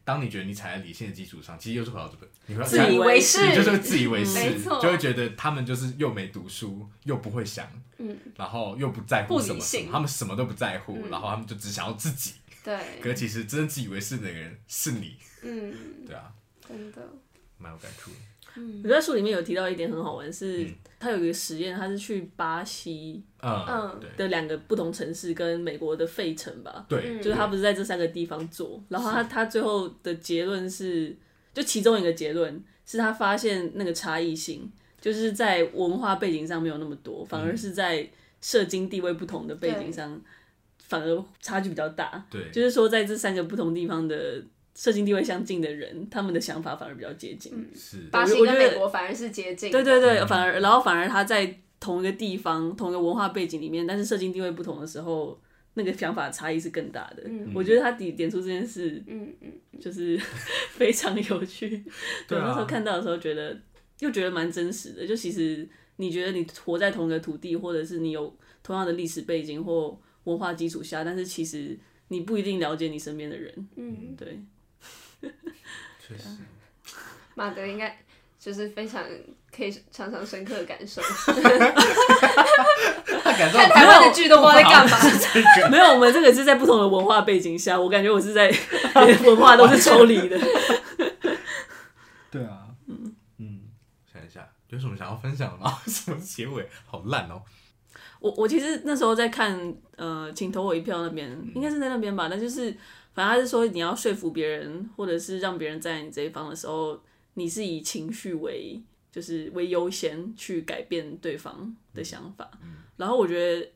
[SPEAKER 1] 当你觉得你踩在理性的基础上，其实又是回到这本，你会
[SPEAKER 3] 自
[SPEAKER 2] 自
[SPEAKER 3] 以
[SPEAKER 2] 以
[SPEAKER 3] 为
[SPEAKER 2] 为
[SPEAKER 1] 你就是会
[SPEAKER 2] 是，
[SPEAKER 1] 自以为是，
[SPEAKER 2] 没错
[SPEAKER 1] 就会觉得他们就是又没读书，又不会想，
[SPEAKER 2] 嗯，
[SPEAKER 1] 然后又不在乎
[SPEAKER 2] 不
[SPEAKER 1] 什
[SPEAKER 2] 理
[SPEAKER 1] 么什
[SPEAKER 2] 性
[SPEAKER 1] 么，他们什么都不在乎，
[SPEAKER 2] 嗯
[SPEAKER 1] 然后他们就只想要自己。可
[SPEAKER 2] 对，
[SPEAKER 1] 是其实真正自以为是的那个人是你，
[SPEAKER 2] 嗯，
[SPEAKER 1] 对啊，
[SPEAKER 2] 真的，
[SPEAKER 1] 蛮有感触的。
[SPEAKER 3] 我觉得书里面有提到一点很好玩，是他有一个实验，他是去巴西
[SPEAKER 1] 嗯，
[SPEAKER 2] 嗯
[SPEAKER 1] 对
[SPEAKER 3] 的两个不同城市跟美国的费城吧，
[SPEAKER 1] 对，
[SPEAKER 3] 就是他不是在这三个地方做，然后他他最后的结论是，就其中一个结论是他发现那个差异性，就是在文化背景上没有那么多，反而是在社经地位不同的背景上，反而差距比较大。
[SPEAKER 1] 对
[SPEAKER 3] 就是说在这三个不同地方的社经地位相近的人，他们的想法反而比较接近。
[SPEAKER 1] 是，
[SPEAKER 2] 巴西
[SPEAKER 3] 我
[SPEAKER 2] 跟
[SPEAKER 3] 觉得
[SPEAKER 2] 美国反而是接近，
[SPEAKER 3] 对对对，反而然后反而他在同一个地方、同一个文化背景里面，但是社经地位不同的时候，那个想法差异是更大的。我觉得他点点出这件事，
[SPEAKER 2] 嗯嗯，
[SPEAKER 3] 就是 非常有趣。
[SPEAKER 1] 对
[SPEAKER 3] 那时候
[SPEAKER 1] 啊，
[SPEAKER 3] 看到的时候，觉得又觉得蛮真实的。就其实你觉得你活在同一个土地，或者是你有同样的历史背景或文化基础下，但是其实你不一定了解你身边的人。
[SPEAKER 2] 嗯，
[SPEAKER 3] 对，
[SPEAKER 1] 确实，
[SPEAKER 2] 马德应该就是非常可以常常深刻的感受，
[SPEAKER 1] 他 感受
[SPEAKER 2] 看台湾的剧都不知道在干嘛，
[SPEAKER 3] 没有，我们这个是在不同的文化背景下，我感觉我是在 连文化都是抽离的。
[SPEAKER 1] 对啊，嗯嗯，想一下，有什么想要分享的吗？ 什么结尾好烂哦，
[SPEAKER 3] 我我其实那时候在看，呃，请投我一票那边，应该是在那边吧。但就是，反正他是说你要说服别人，或者是让别人站在你这一方的时候，你是以情绪为就是为优先去改变对方的想法。然后我觉得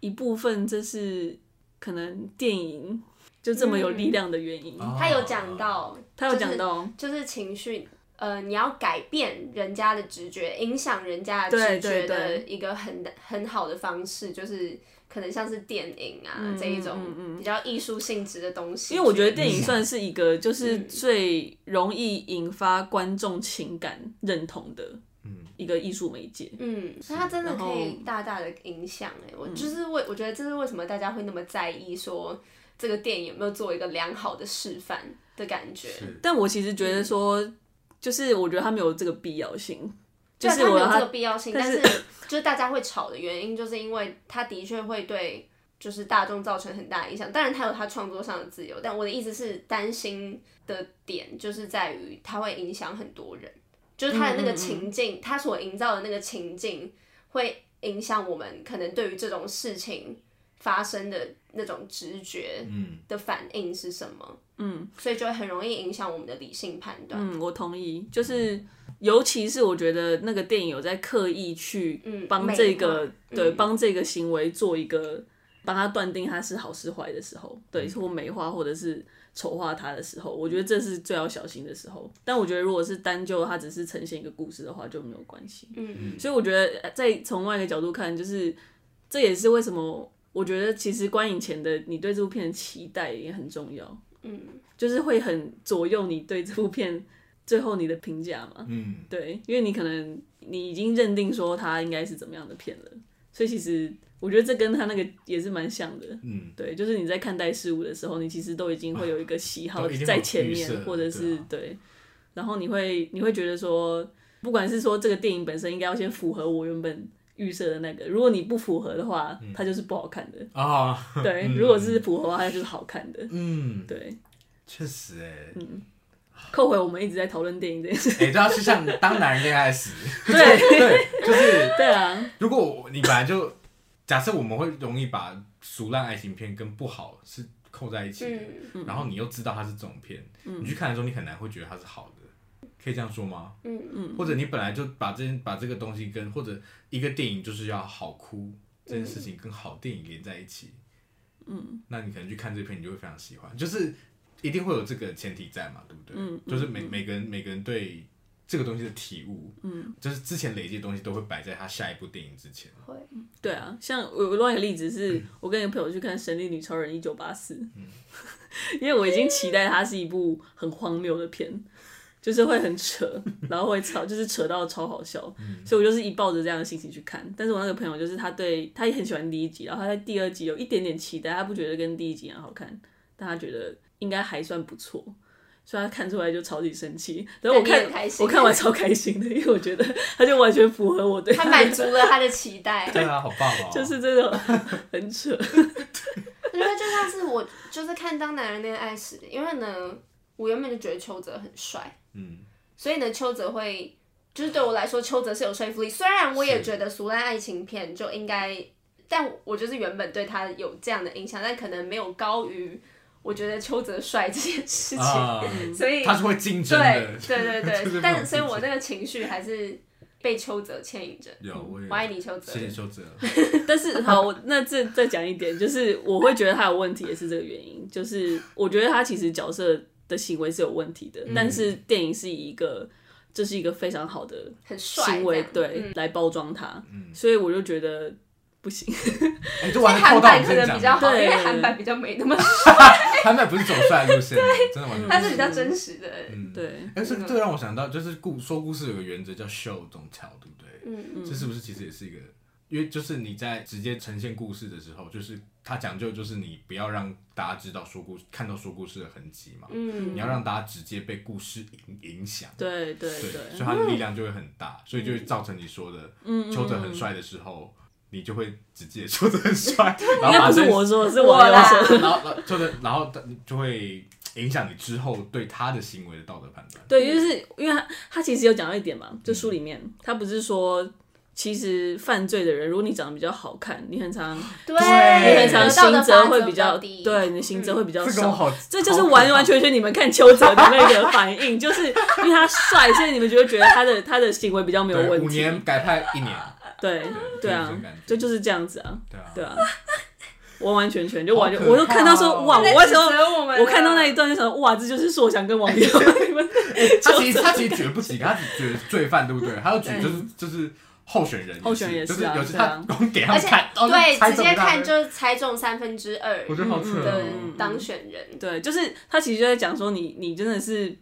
[SPEAKER 3] 一部分这是可能电影就这么有力量的原因。
[SPEAKER 1] 哦
[SPEAKER 2] 他有讲到，
[SPEAKER 3] 他有讲到，
[SPEAKER 2] 嗯就是情绪，呃，你要改变人家的直觉，影响人家的
[SPEAKER 3] 对
[SPEAKER 2] 直觉
[SPEAKER 3] 对
[SPEAKER 2] 的
[SPEAKER 3] 对
[SPEAKER 2] 一个很很好的方式，就是可能像是电影啊、
[SPEAKER 3] 嗯
[SPEAKER 2] 这一
[SPEAKER 3] 嗯
[SPEAKER 2] 种比较艺术性质的东西去影响。
[SPEAKER 3] 因为我觉得电影算是一个
[SPEAKER 2] 嗯
[SPEAKER 3] 就是最容易引发观众情感认同的
[SPEAKER 1] 嗯
[SPEAKER 3] 一个艺术媒介。
[SPEAKER 2] 嗯，那它真的
[SPEAKER 3] 然
[SPEAKER 2] 可
[SPEAKER 3] 后
[SPEAKER 2] 以大大的影响哎、我
[SPEAKER 3] 嗯
[SPEAKER 2] 就是为我觉得这是为什么大家会那么在意说这个电影有没有做一个良好的示范的感觉，
[SPEAKER 1] 是
[SPEAKER 3] 但我其实
[SPEAKER 2] 嗯
[SPEAKER 3] 觉得说，就是我觉得他没有这个必要性，就
[SPEAKER 2] 对
[SPEAKER 3] 是
[SPEAKER 2] 它
[SPEAKER 3] 我
[SPEAKER 2] 没有这
[SPEAKER 3] 他
[SPEAKER 2] 个必要性，但
[SPEAKER 3] 但
[SPEAKER 2] 是
[SPEAKER 3] 是
[SPEAKER 2] 就是大家会吵的原因，就是因为它的确会对就是大众造成很大影响。当然，它有它创作上的自由，但我的意思是担心的点就是在于它会影响很多人，就是它的那
[SPEAKER 3] 嗯
[SPEAKER 2] 个情境，它所营造的那个情境会影响我们可能对于这种事情发生的那种直觉
[SPEAKER 1] 嗯，
[SPEAKER 2] 的反应是什么，
[SPEAKER 3] 嗯
[SPEAKER 2] 所以就会很容易影响我们的理性判断。
[SPEAKER 3] 嗯，我同意，就是尤其是我觉得那个电影有在刻意去
[SPEAKER 2] 嗯
[SPEAKER 3] 帮
[SPEAKER 2] 美
[SPEAKER 3] 这个、
[SPEAKER 2] 化
[SPEAKER 3] 对
[SPEAKER 2] 嗯
[SPEAKER 3] 帮这个行为做一个帮他断定他是好是坏的时候，
[SPEAKER 2] 嗯
[SPEAKER 3] 对，或美化或者是丑化他的时候，我觉得这是最要小心的时候。但我觉得如果是单就它只是呈现一个故事的话，就没有关系。
[SPEAKER 2] 嗯
[SPEAKER 3] 所以我觉得呃在从另外一个角度看，就是这也是为什么我觉得其实观影前的你对这部片的期待也很重要，
[SPEAKER 2] 嗯
[SPEAKER 3] 就是会很左右你对这部片最后你的评价嘛。
[SPEAKER 1] 嗯，
[SPEAKER 3] 对，因为你可能你已经认定说它应该是怎么样的片了，所以其实我觉得这跟他那个也是蛮像的。
[SPEAKER 1] 嗯，
[SPEAKER 3] 对，就是你在看待事物的时候，你其实都已经会有一个喜好
[SPEAKER 1] 都已经
[SPEAKER 3] 在
[SPEAKER 1] 有
[SPEAKER 3] 前
[SPEAKER 1] 预
[SPEAKER 3] 面
[SPEAKER 1] 设，
[SPEAKER 3] 或者
[SPEAKER 1] 对
[SPEAKER 3] 是
[SPEAKER 1] 啊
[SPEAKER 3] 对，然后你会你会觉得说，不管是说这个电影本身应该要先符合我原本预设的那个，如果你不符合的话，
[SPEAKER 1] 嗯
[SPEAKER 3] 它就是不好看的；
[SPEAKER 1] 啊，
[SPEAKER 3] 对，如果是符合的话，它就是好看的。
[SPEAKER 1] 嗯，
[SPEAKER 3] 对，
[SPEAKER 1] 确实哎、
[SPEAKER 3] 扣回我们一直在讨论电影这件事，
[SPEAKER 1] 哎、这要是像当男人恋爱 时，
[SPEAKER 3] 对
[SPEAKER 1] 对，就是
[SPEAKER 3] 对啊，
[SPEAKER 1] 如果我你本来就假设我们会容易把俗烂爱情片跟不好是扣在一起的，
[SPEAKER 2] 嗯
[SPEAKER 1] 然后你又知道它是这种片，你去看的时候你很难会觉得它是好的，可以这样说吗？
[SPEAKER 2] 嗯
[SPEAKER 1] 或者你本来就把这件把这个东西跟或者一个电影就是要好哭这件事
[SPEAKER 2] 嗯
[SPEAKER 1] 情跟好电影连在一起，嗯，那你可能去看这片，你就会非常喜欢，就是一定会有这个前提在嘛，对不对？
[SPEAKER 3] 嗯嗯
[SPEAKER 1] 就是每每个人每个人对这个东西的体悟，嗯，就是之前累积的东西都会摆在他下一部电影之 前，
[SPEAKER 2] 会。
[SPEAKER 3] 对啊，像我我另外一个例子是，我跟一个朋友去看《神力女超人一九八四》， 因为我已经期待它是一部很荒谬的片，就是会很扯，然后会吵，就是扯到超好笑，所以我就是一抱着这样的心情去看。但是我那个朋友就是他对他也很喜欢第一集，然后他在第二集有一点点期待，他不觉得跟第一集一样好看，但他觉得应该还算不错。所以他看出来就超级生气，然后
[SPEAKER 2] 但
[SPEAKER 3] 我
[SPEAKER 2] 你
[SPEAKER 3] 看
[SPEAKER 2] 很开心
[SPEAKER 3] 我看完超开心的，因为我觉得他就完全符合我对
[SPEAKER 2] 他
[SPEAKER 3] 的
[SPEAKER 2] 满足了他的期待，
[SPEAKER 1] 对啊，好棒哦，
[SPEAKER 3] 就是这种很 扯。
[SPEAKER 2] 我觉得就像是我就是看《当男人恋爱时》，因为呢，我原本就觉得邱泽很帅，
[SPEAKER 1] 嗯
[SPEAKER 2] 所以呢，邱泽会就是对我来说，邱泽是有说服力。虽然我也觉得俗烂爱情片就应该，但我就是原本对他有这样的印象，但可能没有高于我觉得邱泽帅这件事情，
[SPEAKER 1] 啊，
[SPEAKER 2] 嗯所以
[SPEAKER 1] 他是会竞争
[SPEAKER 2] 对
[SPEAKER 1] 的。
[SPEAKER 2] 对对
[SPEAKER 1] 就是没
[SPEAKER 2] 对，
[SPEAKER 1] 有
[SPEAKER 2] 但
[SPEAKER 1] 自
[SPEAKER 2] 所以我
[SPEAKER 1] 己
[SPEAKER 2] 那个情绪还是被邱泽牵引着。
[SPEAKER 1] 有我也
[SPEAKER 2] 我爱你，邱泽
[SPEAKER 1] 谢。谢修哲，
[SPEAKER 3] 但是好，我那这再讲一点，就是我会觉得他有问题，也是这个原因，就是我觉得他其实角色的行为是有问题的，但是电影是以一个这是一个非常好的
[SPEAKER 2] 很帅
[SPEAKER 3] 行
[SPEAKER 2] 这
[SPEAKER 3] 为
[SPEAKER 2] 样，嗯
[SPEAKER 3] 对、来包装他，所以我就觉得不行。
[SPEAKER 1] 哎，这完全
[SPEAKER 2] 韩
[SPEAKER 1] 扣到
[SPEAKER 2] 版
[SPEAKER 1] 我
[SPEAKER 2] 可
[SPEAKER 1] 身
[SPEAKER 2] 能
[SPEAKER 1] 上
[SPEAKER 2] 比较
[SPEAKER 1] 了。
[SPEAKER 2] 好，因
[SPEAKER 3] 对
[SPEAKER 2] 为韩版比较没那么，
[SPEAKER 1] 韩版不是走帅路线的，真的完全不。
[SPEAKER 2] 它是比较真实的。
[SPEAKER 3] 对，
[SPEAKER 1] 哎，这个这个让我想到，就是故说故事有个原则叫 show don't tell，对不对？
[SPEAKER 2] 嗯，
[SPEAKER 1] 这是不是其实也是一个？因为就是你在直接呈现故事的时候，就是它讲究就是你不要让大家知道说故看到说故事的痕迹嘛，
[SPEAKER 2] 嗯
[SPEAKER 1] 你要让大家直接被故事影影响，
[SPEAKER 3] 对对
[SPEAKER 1] 对，所以
[SPEAKER 3] 对，
[SPEAKER 1] 它的力量就会很大，所以就会造成你说的，嗯，邱泽很帅的时候，你就会直接邱泽很 帅，然后
[SPEAKER 3] 应该
[SPEAKER 1] 把
[SPEAKER 3] 不是
[SPEAKER 1] 这
[SPEAKER 3] 我说，是
[SPEAKER 2] 我
[SPEAKER 3] 网友
[SPEAKER 2] 啦
[SPEAKER 3] 说。
[SPEAKER 1] 然后，然后就然后就会影响你之后对他的行为的道德判断。
[SPEAKER 3] 对，就是因为他他其实有讲到一点嘛，就书里面他不是说，其实犯罪的人，如果你长得比较好看，你很常
[SPEAKER 2] 对，
[SPEAKER 3] 你
[SPEAKER 1] 对
[SPEAKER 3] 很
[SPEAKER 2] 得到
[SPEAKER 3] 常
[SPEAKER 2] 的
[SPEAKER 3] 刑责
[SPEAKER 2] 罚
[SPEAKER 3] 会
[SPEAKER 2] 则
[SPEAKER 3] 比
[SPEAKER 2] 比
[SPEAKER 3] 较，
[SPEAKER 2] 低，
[SPEAKER 3] 对，你的刑责会比较
[SPEAKER 1] 这个我
[SPEAKER 3] 少。
[SPEAKER 1] 好，
[SPEAKER 3] 这就是
[SPEAKER 1] 好可
[SPEAKER 3] 完
[SPEAKER 1] 怕
[SPEAKER 3] 完全全你们看邱泽的那个反应， 就是因为他帅，所以你们就会觉得他的他的行为比较没有
[SPEAKER 1] 对
[SPEAKER 3] 问
[SPEAKER 1] 五
[SPEAKER 3] 题。
[SPEAKER 1] 年改派一年，
[SPEAKER 3] 对
[SPEAKER 1] 就
[SPEAKER 3] 对啊
[SPEAKER 1] 是这种感觉，
[SPEAKER 3] 这就是这样子啊，
[SPEAKER 1] 对啊，
[SPEAKER 3] 对啊，完完全全就完全，
[SPEAKER 1] 好可怕哦
[SPEAKER 3] 我都看到说哇，我那时候
[SPEAKER 2] 我们啊
[SPEAKER 3] 我看到那一段就想哇，这就是硕翔跟 王友你们
[SPEAKER 1] 他其实他其实举不起，他只举罪犯，对不对？他要举就是就是候选人也是，
[SPEAKER 3] 候选人也
[SPEAKER 1] 就是是
[SPEAKER 3] 啊
[SPEAKER 1] 有时
[SPEAKER 3] 对
[SPEAKER 1] 他
[SPEAKER 3] 啊
[SPEAKER 1] 光给他
[SPEAKER 2] 而
[SPEAKER 1] 们
[SPEAKER 2] 且
[SPEAKER 1] 看，哦
[SPEAKER 2] 对，直接，
[SPEAKER 1] 那猜中
[SPEAKER 2] 看
[SPEAKER 1] 他
[SPEAKER 2] 就是猜中三分之二
[SPEAKER 1] 我觉得好
[SPEAKER 3] 嗯
[SPEAKER 1] 扯
[SPEAKER 2] 的
[SPEAKER 1] 哦。
[SPEAKER 2] 当选人，
[SPEAKER 3] 对，就是他其实就在讲说你你真的是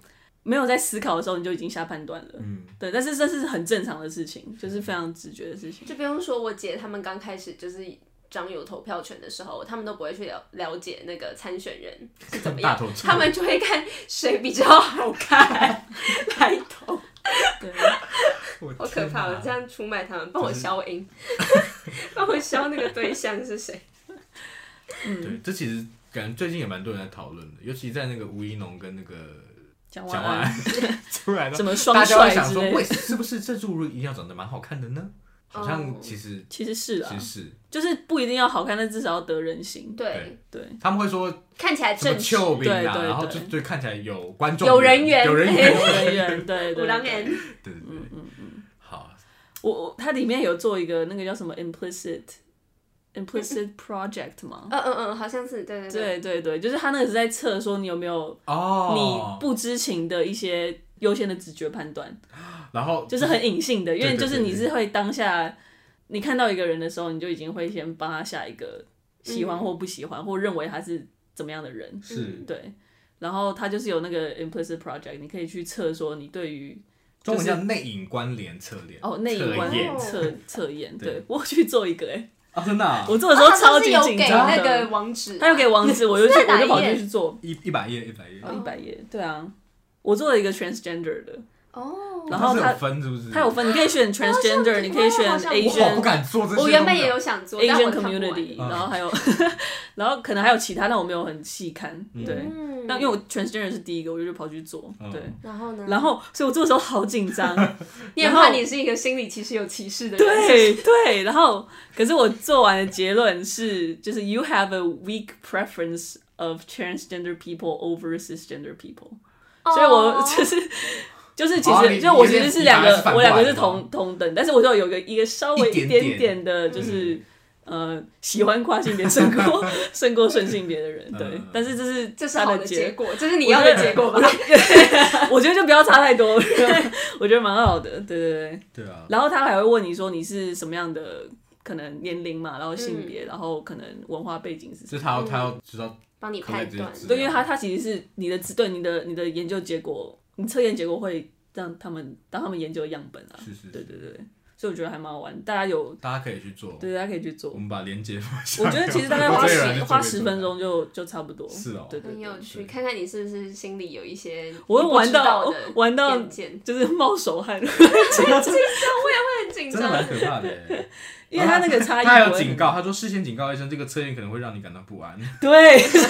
[SPEAKER 3] 没有在思考的时候你就已经下判断了，
[SPEAKER 1] 嗯，
[SPEAKER 3] 对，但是这是很正常的事情，就是非常直觉的事情。
[SPEAKER 2] 就不用说我姐他们刚开始就是。张有投票权的时候，他们都不会去了了解那个参选人是怎么
[SPEAKER 1] 大
[SPEAKER 2] 样
[SPEAKER 1] 头，照
[SPEAKER 2] 他们就会看谁比较好 看来投，
[SPEAKER 3] 对，
[SPEAKER 1] 好
[SPEAKER 2] 好可怕！我这样出卖他们，帮我消音， 帮我消那个对象是谁？
[SPEAKER 1] 对，这其实感觉最近也蛮多人在讨论的，尤其在那个吴一农跟那个
[SPEAKER 3] 讲
[SPEAKER 1] 蒋
[SPEAKER 3] 完
[SPEAKER 1] 万
[SPEAKER 3] 了。
[SPEAKER 1] 安 出来的
[SPEAKER 3] 什么
[SPEAKER 1] 大
[SPEAKER 3] 双
[SPEAKER 1] 家会
[SPEAKER 3] 帅
[SPEAKER 1] 想
[SPEAKER 3] 之
[SPEAKER 1] 说，
[SPEAKER 3] 类
[SPEAKER 1] 为
[SPEAKER 3] 的。
[SPEAKER 1] 是不是郑注如一定要长得蛮好看的呢？好像
[SPEAKER 2] 哦
[SPEAKER 1] 其实
[SPEAKER 3] 其实是啊
[SPEAKER 1] 其，实
[SPEAKER 3] 就是不一定要好看，但至少要得人心。
[SPEAKER 2] 对，
[SPEAKER 3] 对，
[SPEAKER 1] 他们会说
[SPEAKER 2] 看起来
[SPEAKER 1] 什么
[SPEAKER 2] 正式，
[SPEAKER 1] 邱炳
[SPEAKER 3] 对
[SPEAKER 1] 啊，
[SPEAKER 3] 对
[SPEAKER 1] 然后就就
[SPEAKER 3] 对
[SPEAKER 1] 看起来有观众
[SPEAKER 2] 有人缘
[SPEAKER 1] 有 人
[SPEAKER 3] 有
[SPEAKER 1] 缘，
[SPEAKER 3] 人缘，对
[SPEAKER 2] 五
[SPEAKER 3] 对
[SPEAKER 2] 郎
[SPEAKER 3] 对。
[SPEAKER 2] N
[SPEAKER 1] 对对对，好，
[SPEAKER 3] 我我它里面有做一个那个叫什么 implicit implicit project 吗？
[SPEAKER 2] 嗯嗯嗯，好像是，对对对，
[SPEAKER 3] 哦对对对，就是他那个是在测说你有没有
[SPEAKER 1] 哦
[SPEAKER 3] 你，不知情的一些优先的直觉判断，
[SPEAKER 1] 然后
[SPEAKER 3] 就是很隐性的，因为
[SPEAKER 1] 哦对对
[SPEAKER 3] 就是
[SPEAKER 1] 对
[SPEAKER 3] 你是会当下你看到一个人的时候，你就已经会先帮他下一个喜
[SPEAKER 2] 嗯
[SPEAKER 3] 欢或不喜欢，或认为他是怎么样的人。
[SPEAKER 1] 是
[SPEAKER 3] 对，然后它就是有那个 implicit project，你可以去测说你对于
[SPEAKER 1] 中文叫内隐关联侧脸
[SPEAKER 3] 哦内
[SPEAKER 1] 侧
[SPEAKER 3] 观
[SPEAKER 1] 眼
[SPEAKER 2] 哦
[SPEAKER 3] 测测验，
[SPEAKER 1] 对
[SPEAKER 3] 对我有去做一个哎、
[SPEAKER 1] 啊，真的啊
[SPEAKER 3] 我做的时
[SPEAKER 2] 哦
[SPEAKER 3] 候
[SPEAKER 2] 他
[SPEAKER 3] 超
[SPEAKER 2] 上次
[SPEAKER 3] 级
[SPEAKER 2] 有
[SPEAKER 3] 紧
[SPEAKER 2] 给
[SPEAKER 3] 张
[SPEAKER 2] 那个
[SPEAKER 3] 的，
[SPEAKER 2] 网址，
[SPEAKER 3] 他又给网址，我就去
[SPEAKER 2] 是在哦哪
[SPEAKER 3] 我就
[SPEAKER 2] 一页
[SPEAKER 3] 跑进去做
[SPEAKER 1] 一一百页一百页，
[SPEAKER 3] 一百页，对啊，我做了一个 transgender 的，
[SPEAKER 2] 哦，
[SPEAKER 3] 然
[SPEAKER 1] 它
[SPEAKER 3] 后
[SPEAKER 1] 是
[SPEAKER 3] 它
[SPEAKER 1] 有分是不是？
[SPEAKER 3] 它有
[SPEAKER 2] 啊
[SPEAKER 3] 分，你可以选 transgender，你可以选
[SPEAKER 2] 我好像
[SPEAKER 1] 我好不
[SPEAKER 3] Asian
[SPEAKER 1] 敢做这些东西啊，
[SPEAKER 2] 我原本也有想做，但
[SPEAKER 3] Asian
[SPEAKER 2] 我看哎不完
[SPEAKER 3] community，
[SPEAKER 1] 嗯
[SPEAKER 3] 然后还有然后可能还有其他，但我没有很细看，对。
[SPEAKER 2] 嗯，
[SPEAKER 3] 但因为我 transgender 是第一个，我就跑去做，
[SPEAKER 1] 嗯
[SPEAKER 3] 对，
[SPEAKER 2] 然后呢？
[SPEAKER 3] 然后所以我做的时候好紧 张，
[SPEAKER 2] 你也
[SPEAKER 3] 然后
[SPEAKER 2] 怕你是一个心理其实有歧视的人，
[SPEAKER 3] 对对，然后可是我做完的结论是，就是 you have a weak preference of transgender people over cisgender people，、
[SPEAKER 2] 哦，
[SPEAKER 3] 所以我 就是。就是其实、
[SPEAKER 1] 哦你
[SPEAKER 3] 就我
[SPEAKER 1] 你
[SPEAKER 3] 其
[SPEAKER 1] 有
[SPEAKER 3] 实
[SPEAKER 1] 点
[SPEAKER 3] 是两
[SPEAKER 1] 你本来
[SPEAKER 3] 个
[SPEAKER 1] 是，反
[SPEAKER 3] 我
[SPEAKER 1] 过来
[SPEAKER 3] 两
[SPEAKER 1] 的
[SPEAKER 3] 个是同同等，但是我就有一个一个稍微
[SPEAKER 1] 一点嗯
[SPEAKER 3] 点
[SPEAKER 1] 点
[SPEAKER 3] 点的，就是呃喜欢跨性别胜 过胜过顺性别的人，对
[SPEAKER 1] 嗯。
[SPEAKER 3] 但是这是
[SPEAKER 2] 这是
[SPEAKER 3] 他
[SPEAKER 2] 好
[SPEAKER 3] 的
[SPEAKER 2] 结
[SPEAKER 3] 结，
[SPEAKER 2] 果，这是你要的结果吧？
[SPEAKER 3] 我觉得就不要差太多，我觉得蛮好的，对对对。
[SPEAKER 1] 对啊，
[SPEAKER 3] 然后他还会问你说你是什么样的，可能年龄嘛，然后性
[SPEAKER 2] 嗯
[SPEAKER 3] 别，然后可能文化背景是什
[SPEAKER 1] 就是他要他要知道
[SPEAKER 2] 帮你
[SPEAKER 1] 可不可
[SPEAKER 2] 判
[SPEAKER 1] 以直接
[SPEAKER 2] 断，
[SPEAKER 1] 知道
[SPEAKER 3] 么？对，因为他他其实是你的对你的你的研究结果，你测验结果会让他们当他们研究的样本啊。
[SPEAKER 1] 是是
[SPEAKER 3] 对
[SPEAKER 1] 是，
[SPEAKER 3] 对对，对所以我觉得还蛮好玩，大家有
[SPEAKER 1] 大家可以去做，
[SPEAKER 3] 对大家可以去做
[SPEAKER 1] 我。们把链接放下
[SPEAKER 3] 我
[SPEAKER 1] 面。
[SPEAKER 3] 觉得其实大概花
[SPEAKER 1] 嗯我这个人
[SPEAKER 3] 十
[SPEAKER 1] 就
[SPEAKER 3] 花
[SPEAKER 1] 做这
[SPEAKER 3] 十
[SPEAKER 1] 个
[SPEAKER 3] 分钟就就差不多。
[SPEAKER 1] 是哦
[SPEAKER 3] 对对
[SPEAKER 2] 很
[SPEAKER 3] 对
[SPEAKER 2] 有趣，
[SPEAKER 1] 对
[SPEAKER 2] 看看你是不是心里有一些
[SPEAKER 3] 我会
[SPEAKER 2] 你不
[SPEAKER 3] 玩
[SPEAKER 2] 知道
[SPEAKER 3] 到
[SPEAKER 2] 的
[SPEAKER 3] 玩到
[SPEAKER 2] 偏见，
[SPEAKER 3] 就是冒 手汗，
[SPEAKER 2] 很紧
[SPEAKER 1] 真的蛮
[SPEAKER 2] 张。
[SPEAKER 1] 可怕的欸。
[SPEAKER 3] 因为他那个差异
[SPEAKER 1] 他还
[SPEAKER 3] 不
[SPEAKER 1] 有
[SPEAKER 3] 会
[SPEAKER 1] 警
[SPEAKER 3] 很 啊
[SPEAKER 1] 告，他说事先警告医生，这个测验可能会让你感到不安。
[SPEAKER 3] 对，所以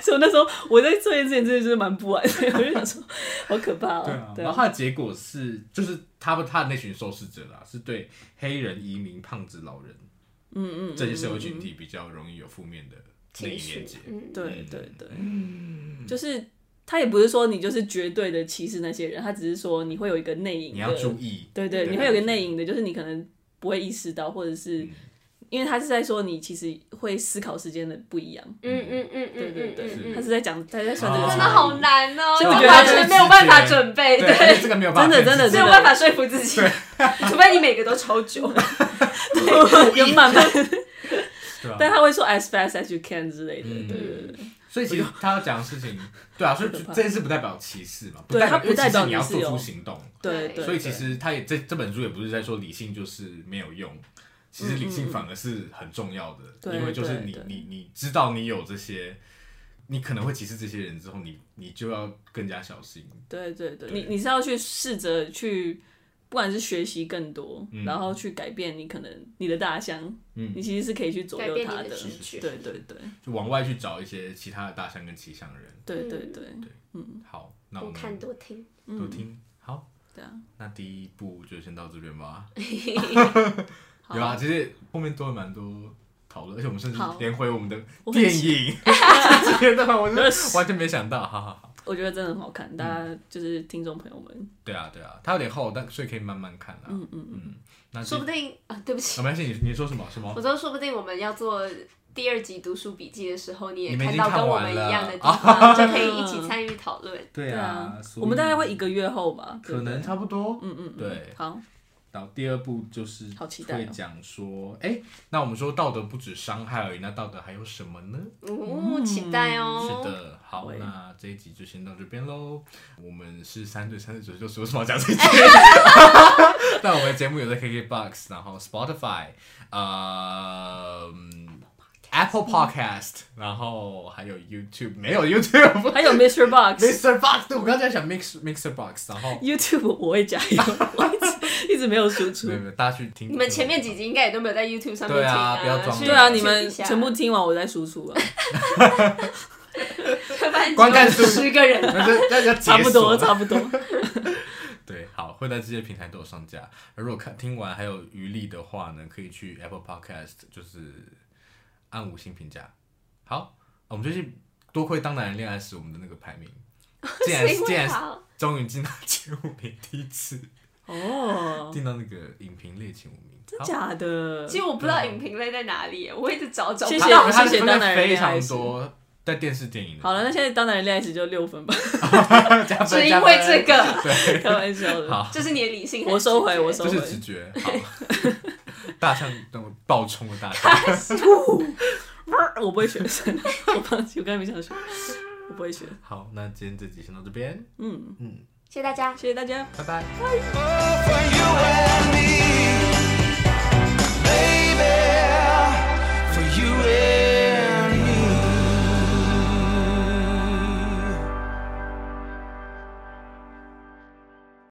[SPEAKER 3] 所以我那时候我在做这件事情真的就是蛮不安的，我就想说好可怕
[SPEAKER 1] 对
[SPEAKER 3] 哦
[SPEAKER 1] 啊，，
[SPEAKER 3] 对
[SPEAKER 1] 然后
[SPEAKER 3] 啊，
[SPEAKER 1] 他的结果是，就是他们他的那群受试者啦，是对黑人、移民、胖子、老人，嗯嗯，这些社会群体比较容易有负面的那一
[SPEAKER 2] 情绪
[SPEAKER 1] 连接，。
[SPEAKER 2] 嗯，
[SPEAKER 3] 对对对，就是他也不是说你就是绝对的歧视那些人，他只是说你会有一个内隐
[SPEAKER 1] 你要
[SPEAKER 3] 的，
[SPEAKER 1] 注意，
[SPEAKER 3] 对对，你会有个内隐的，就是你可能不会意识到，或者是因为他是在说你其实会思考时间的不一样，
[SPEAKER 2] 嗯嗯嗯
[SPEAKER 3] 对
[SPEAKER 2] 嗯
[SPEAKER 3] 对
[SPEAKER 2] 嗯
[SPEAKER 3] 对，
[SPEAKER 2] 嗯，
[SPEAKER 3] 他是在讲他在算这
[SPEAKER 1] 哦
[SPEAKER 3] 个
[SPEAKER 2] 真的
[SPEAKER 3] 差异
[SPEAKER 2] 好难哦，
[SPEAKER 3] 所以我
[SPEAKER 2] 这
[SPEAKER 3] 觉得
[SPEAKER 2] 完全没有办法准备，
[SPEAKER 1] 对，
[SPEAKER 2] 对，
[SPEAKER 1] 而且这个 没有办法克
[SPEAKER 3] 真的
[SPEAKER 1] 制
[SPEAKER 3] 真的
[SPEAKER 2] 没有办法说服自己，除非你每个都超 久。
[SPEAKER 3] 有慢慢，
[SPEAKER 1] 对啊
[SPEAKER 3] 但他会说 as fast as you can 之类的，
[SPEAKER 1] 嗯
[SPEAKER 3] 对对对，
[SPEAKER 1] 所以其实他要讲的 事情，对啊，所以这件事不代表歧视嘛，
[SPEAKER 3] 对
[SPEAKER 1] 代表，
[SPEAKER 3] 它
[SPEAKER 1] 因为
[SPEAKER 3] 不代
[SPEAKER 1] 其实
[SPEAKER 3] 表
[SPEAKER 1] 你要
[SPEAKER 3] 你是
[SPEAKER 1] 做出
[SPEAKER 3] 有
[SPEAKER 1] 行动，
[SPEAKER 3] 对对，
[SPEAKER 1] 所以其
[SPEAKER 3] 对
[SPEAKER 1] 实他也这这本书也不是在说理性就是没有用，其实理性反而是很重要的，
[SPEAKER 3] 嗯对
[SPEAKER 1] 因为就是
[SPEAKER 3] 对
[SPEAKER 1] 你
[SPEAKER 3] 对
[SPEAKER 1] 你你知道你有这些，你可能会歧视这些人之后，你你就要更加小心。
[SPEAKER 3] 对对对，
[SPEAKER 1] 对
[SPEAKER 3] 你你是要去试着去，不管是学习更多，
[SPEAKER 1] 嗯
[SPEAKER 3] 然后去改变你可能你的大象，
[SPEAKER 1] 嗯
[SPEAKER 3] 你其实是可以去左
[SPEAKER 2] 改
[SPEAKER 3] 右
[SPEAKER 2] 变你
[SPEAKER 3] 它
[SPEAKER 2] 的直觉
[SPEAKER 3] 对对对
[SPEAKER 1] 就往外去找一些其他的大象跟骑象人。
[SPEAKER 3] 对对
[SPEAKER 2] 嗯
[SPEAKER 3] 对，
[SPEAKER 1] 好，那我
[SPEAKER 2] 多看
[SPEAKER 1] 们
[SPEAKER 2] 多听，
[SPEAKER 1] 都听、好。
[SPEAKER 3] 嗯对啊，
[SPEAKER 1] 那第一步就先到这边吧。
[SPEAKER 3] 好
[SPEAKER 1] 有啊，其实后面多了蛮多讨论，而且我们甚至
[SPEAKER 3] 好
[SPEAKER 1] 连回我们的
[SPEAKER 3] 我很
[SPEAKER 1] 电影，这些的话我 是完全没想到，好好好。
[SPEAKER 3] 我觉得真的很好看，大家
[SPEAKER 1] 嗯
[SPEAKER 3] 就是听众朋友们，
[SPEAKER 1] 对啊，对啊，它有点厚，但所以可以慢慢看啦。嗯嗯嗯。那
[SPEAKER 2] 说
[SPEAKER 1] 这
[SPEAKER 2] 不定啊，对不起，
[SPEAKER 1] 啊没关系，你你说什么什么
[SPEAKER 2] 我？说说不定我们要做。第二集读书笔记的时候，你也
[SPEAKER 1] 你们已
[SPEAKER 2] 看
[SPEAKER 1] 经
[SPEAKER 2] 到
[SPEAKER 1] 看
[SPEAKER 2] 跟我
[SPEAKER 1] 完
[SPEAKER 2] 们一
[SPEAKER 1] 了
[SPEAKER 2] 样的地 方，就可以一起参与讨论。
[SPEAKER 1] 对
[SPEAKER 3] 对啊，
[SPEAKER 1] 所以
[SPEAKER 3] 我们大概会一个月后吧，对
[SPEAKER 1] 可
[SPEAKER 3] 不对
[SPEAKER 1] 能差不多。
[SPEAKER 3] 嗯嗯，嗯
[SPEAKER 1] 对
[SPEAKER 3] 好，
[SPEAKER 1] 然后第二步就是
[SPEAKER 3] 好期待哦
[SPEAKER 1] 会讲说，哎、那我们说道德不止伤害而已，那道德还有什么呢？
[SPEAKER 2] 哦，期待
[SPEAKER 1] 嗯是
[SPEAKER 2] 哦！
[SPEAKER 1] 的，好，
[SPEAKER 3] 喂
[SPEAKER 1] 那这一集就先到这边喽。我们是三对三对九，就说什么讲 这一集。那我们节目有在 KKBox，然后 Spotify，呃嗯，Apple Podcast，然后还有 YouTube，没有 YouTube。
[SPEAKER 3] 还有 Mr. Box。
[SPEAKER 1] Mr. Box，对我刚才想 Mix Mixer Box，然后
[SPEAKER 3] YouTube 我会加油，我一直一直没有输出
[SPEAKER 1] 没有。没有，大家去听。
[SPEAKER 2] 你们前面几集应该也都没有在 YouTube 上面
[SPEAKER 1] 对
[SPEAKER 2] 听
[SPEAKER 1] 啊不要装了
[SPEAKER 2] 去
[SPEAKER 3] 对啊，
[SPEAKER 2] 去
[SPEAKER 3] 你们
[SPEAKER 2] 一下
[SPEAKER 3] 全部听完我再输出啊，
[SPEAKER 1] 观看数
[SPEAKER 2] 十个人，
[SPEAKER 1] 那就那就
[SPEAKER 3] 差不多
[SPEAKER 1] 解锁
[SPEAKER 3] 差不多。
[SPEAKER 1] 对，好，会在这些平台都有上架。而如果看听完还有余力的话呢，可以去 Apple Podcast 就是按五星评价。好，我们最近多亏《当男人恋爱时》我们的那个排名， 竟然
[SPEAKER 2] 谁会
[SPEAKER 3] 啊
[SPEAKER 1] 竟然
[SPEAKER 2] 好
[SPEAKER 1] 终于进到前五名，第一 次
[SPEAKER 3] 哦，
[SPEAKER 1] 进到那个影评类前五名。
[SPEAKER 3] 真
[SPEAKER 1] 好
[SPEAKER 3] 假的？
[SPEAKER 2] 其实我不知
[SPEAKER 1] 嗯
[SPEAKER 2] 道影评类在哪里耶，我一直找找不
[SPEAKER 3] 谢
[SPEAKER 1] 它
[SPEAKER 3] 谢
[SPEAKER 2] 到。
[SPEAKER 1] 因为它
[SPEAKER 3] 谢谢
[SPEAKER 1] 分
[SPEAKER 3] 当
[SPEAKER 1] 类
[SPEAKER 3] 男人
[SPEAKER 1] 非
[SPEAKER 3] 恋爱
[SPEAKER 1] 常
[SPEAKER 3] 时
[SPEAKER 1] 多在电视电影的
[SPEAKER 3] 好了，那现在当男人恋爱时就六分吧，
[SPEAKER 1] 加分
[SPEAKER 2] 只因
[SPEAKER 1] 加
[SPEAKER 2] 为
[SPEAKER 1] 分
[SPEAKER 2] 这个，
[SPEAKER 1] 对，
[SPEAKER 3] 开玩笑的。
[SPEAKER 1] 好
[SPEAKER 2] 就是你的理性。
[SPEAKER 3] 我收回我收
[SPEAKER 1] 这是直觉。好， 大象那种爆冲的大象。
[SPEAKER 3] 我不会学生，我放弃，我刚才没想学，我不会学。
[SPEAKER 1] 好，那今天这集先到这边，
[SPEAKER 3] 嗯，
[SPEAKER 2] 谢谢大家。
[SPEAKER 3] 谢谢大家。
[SPEAKER 1] 拜拜。
[SPEAKER 4] for you and me, baby, for you and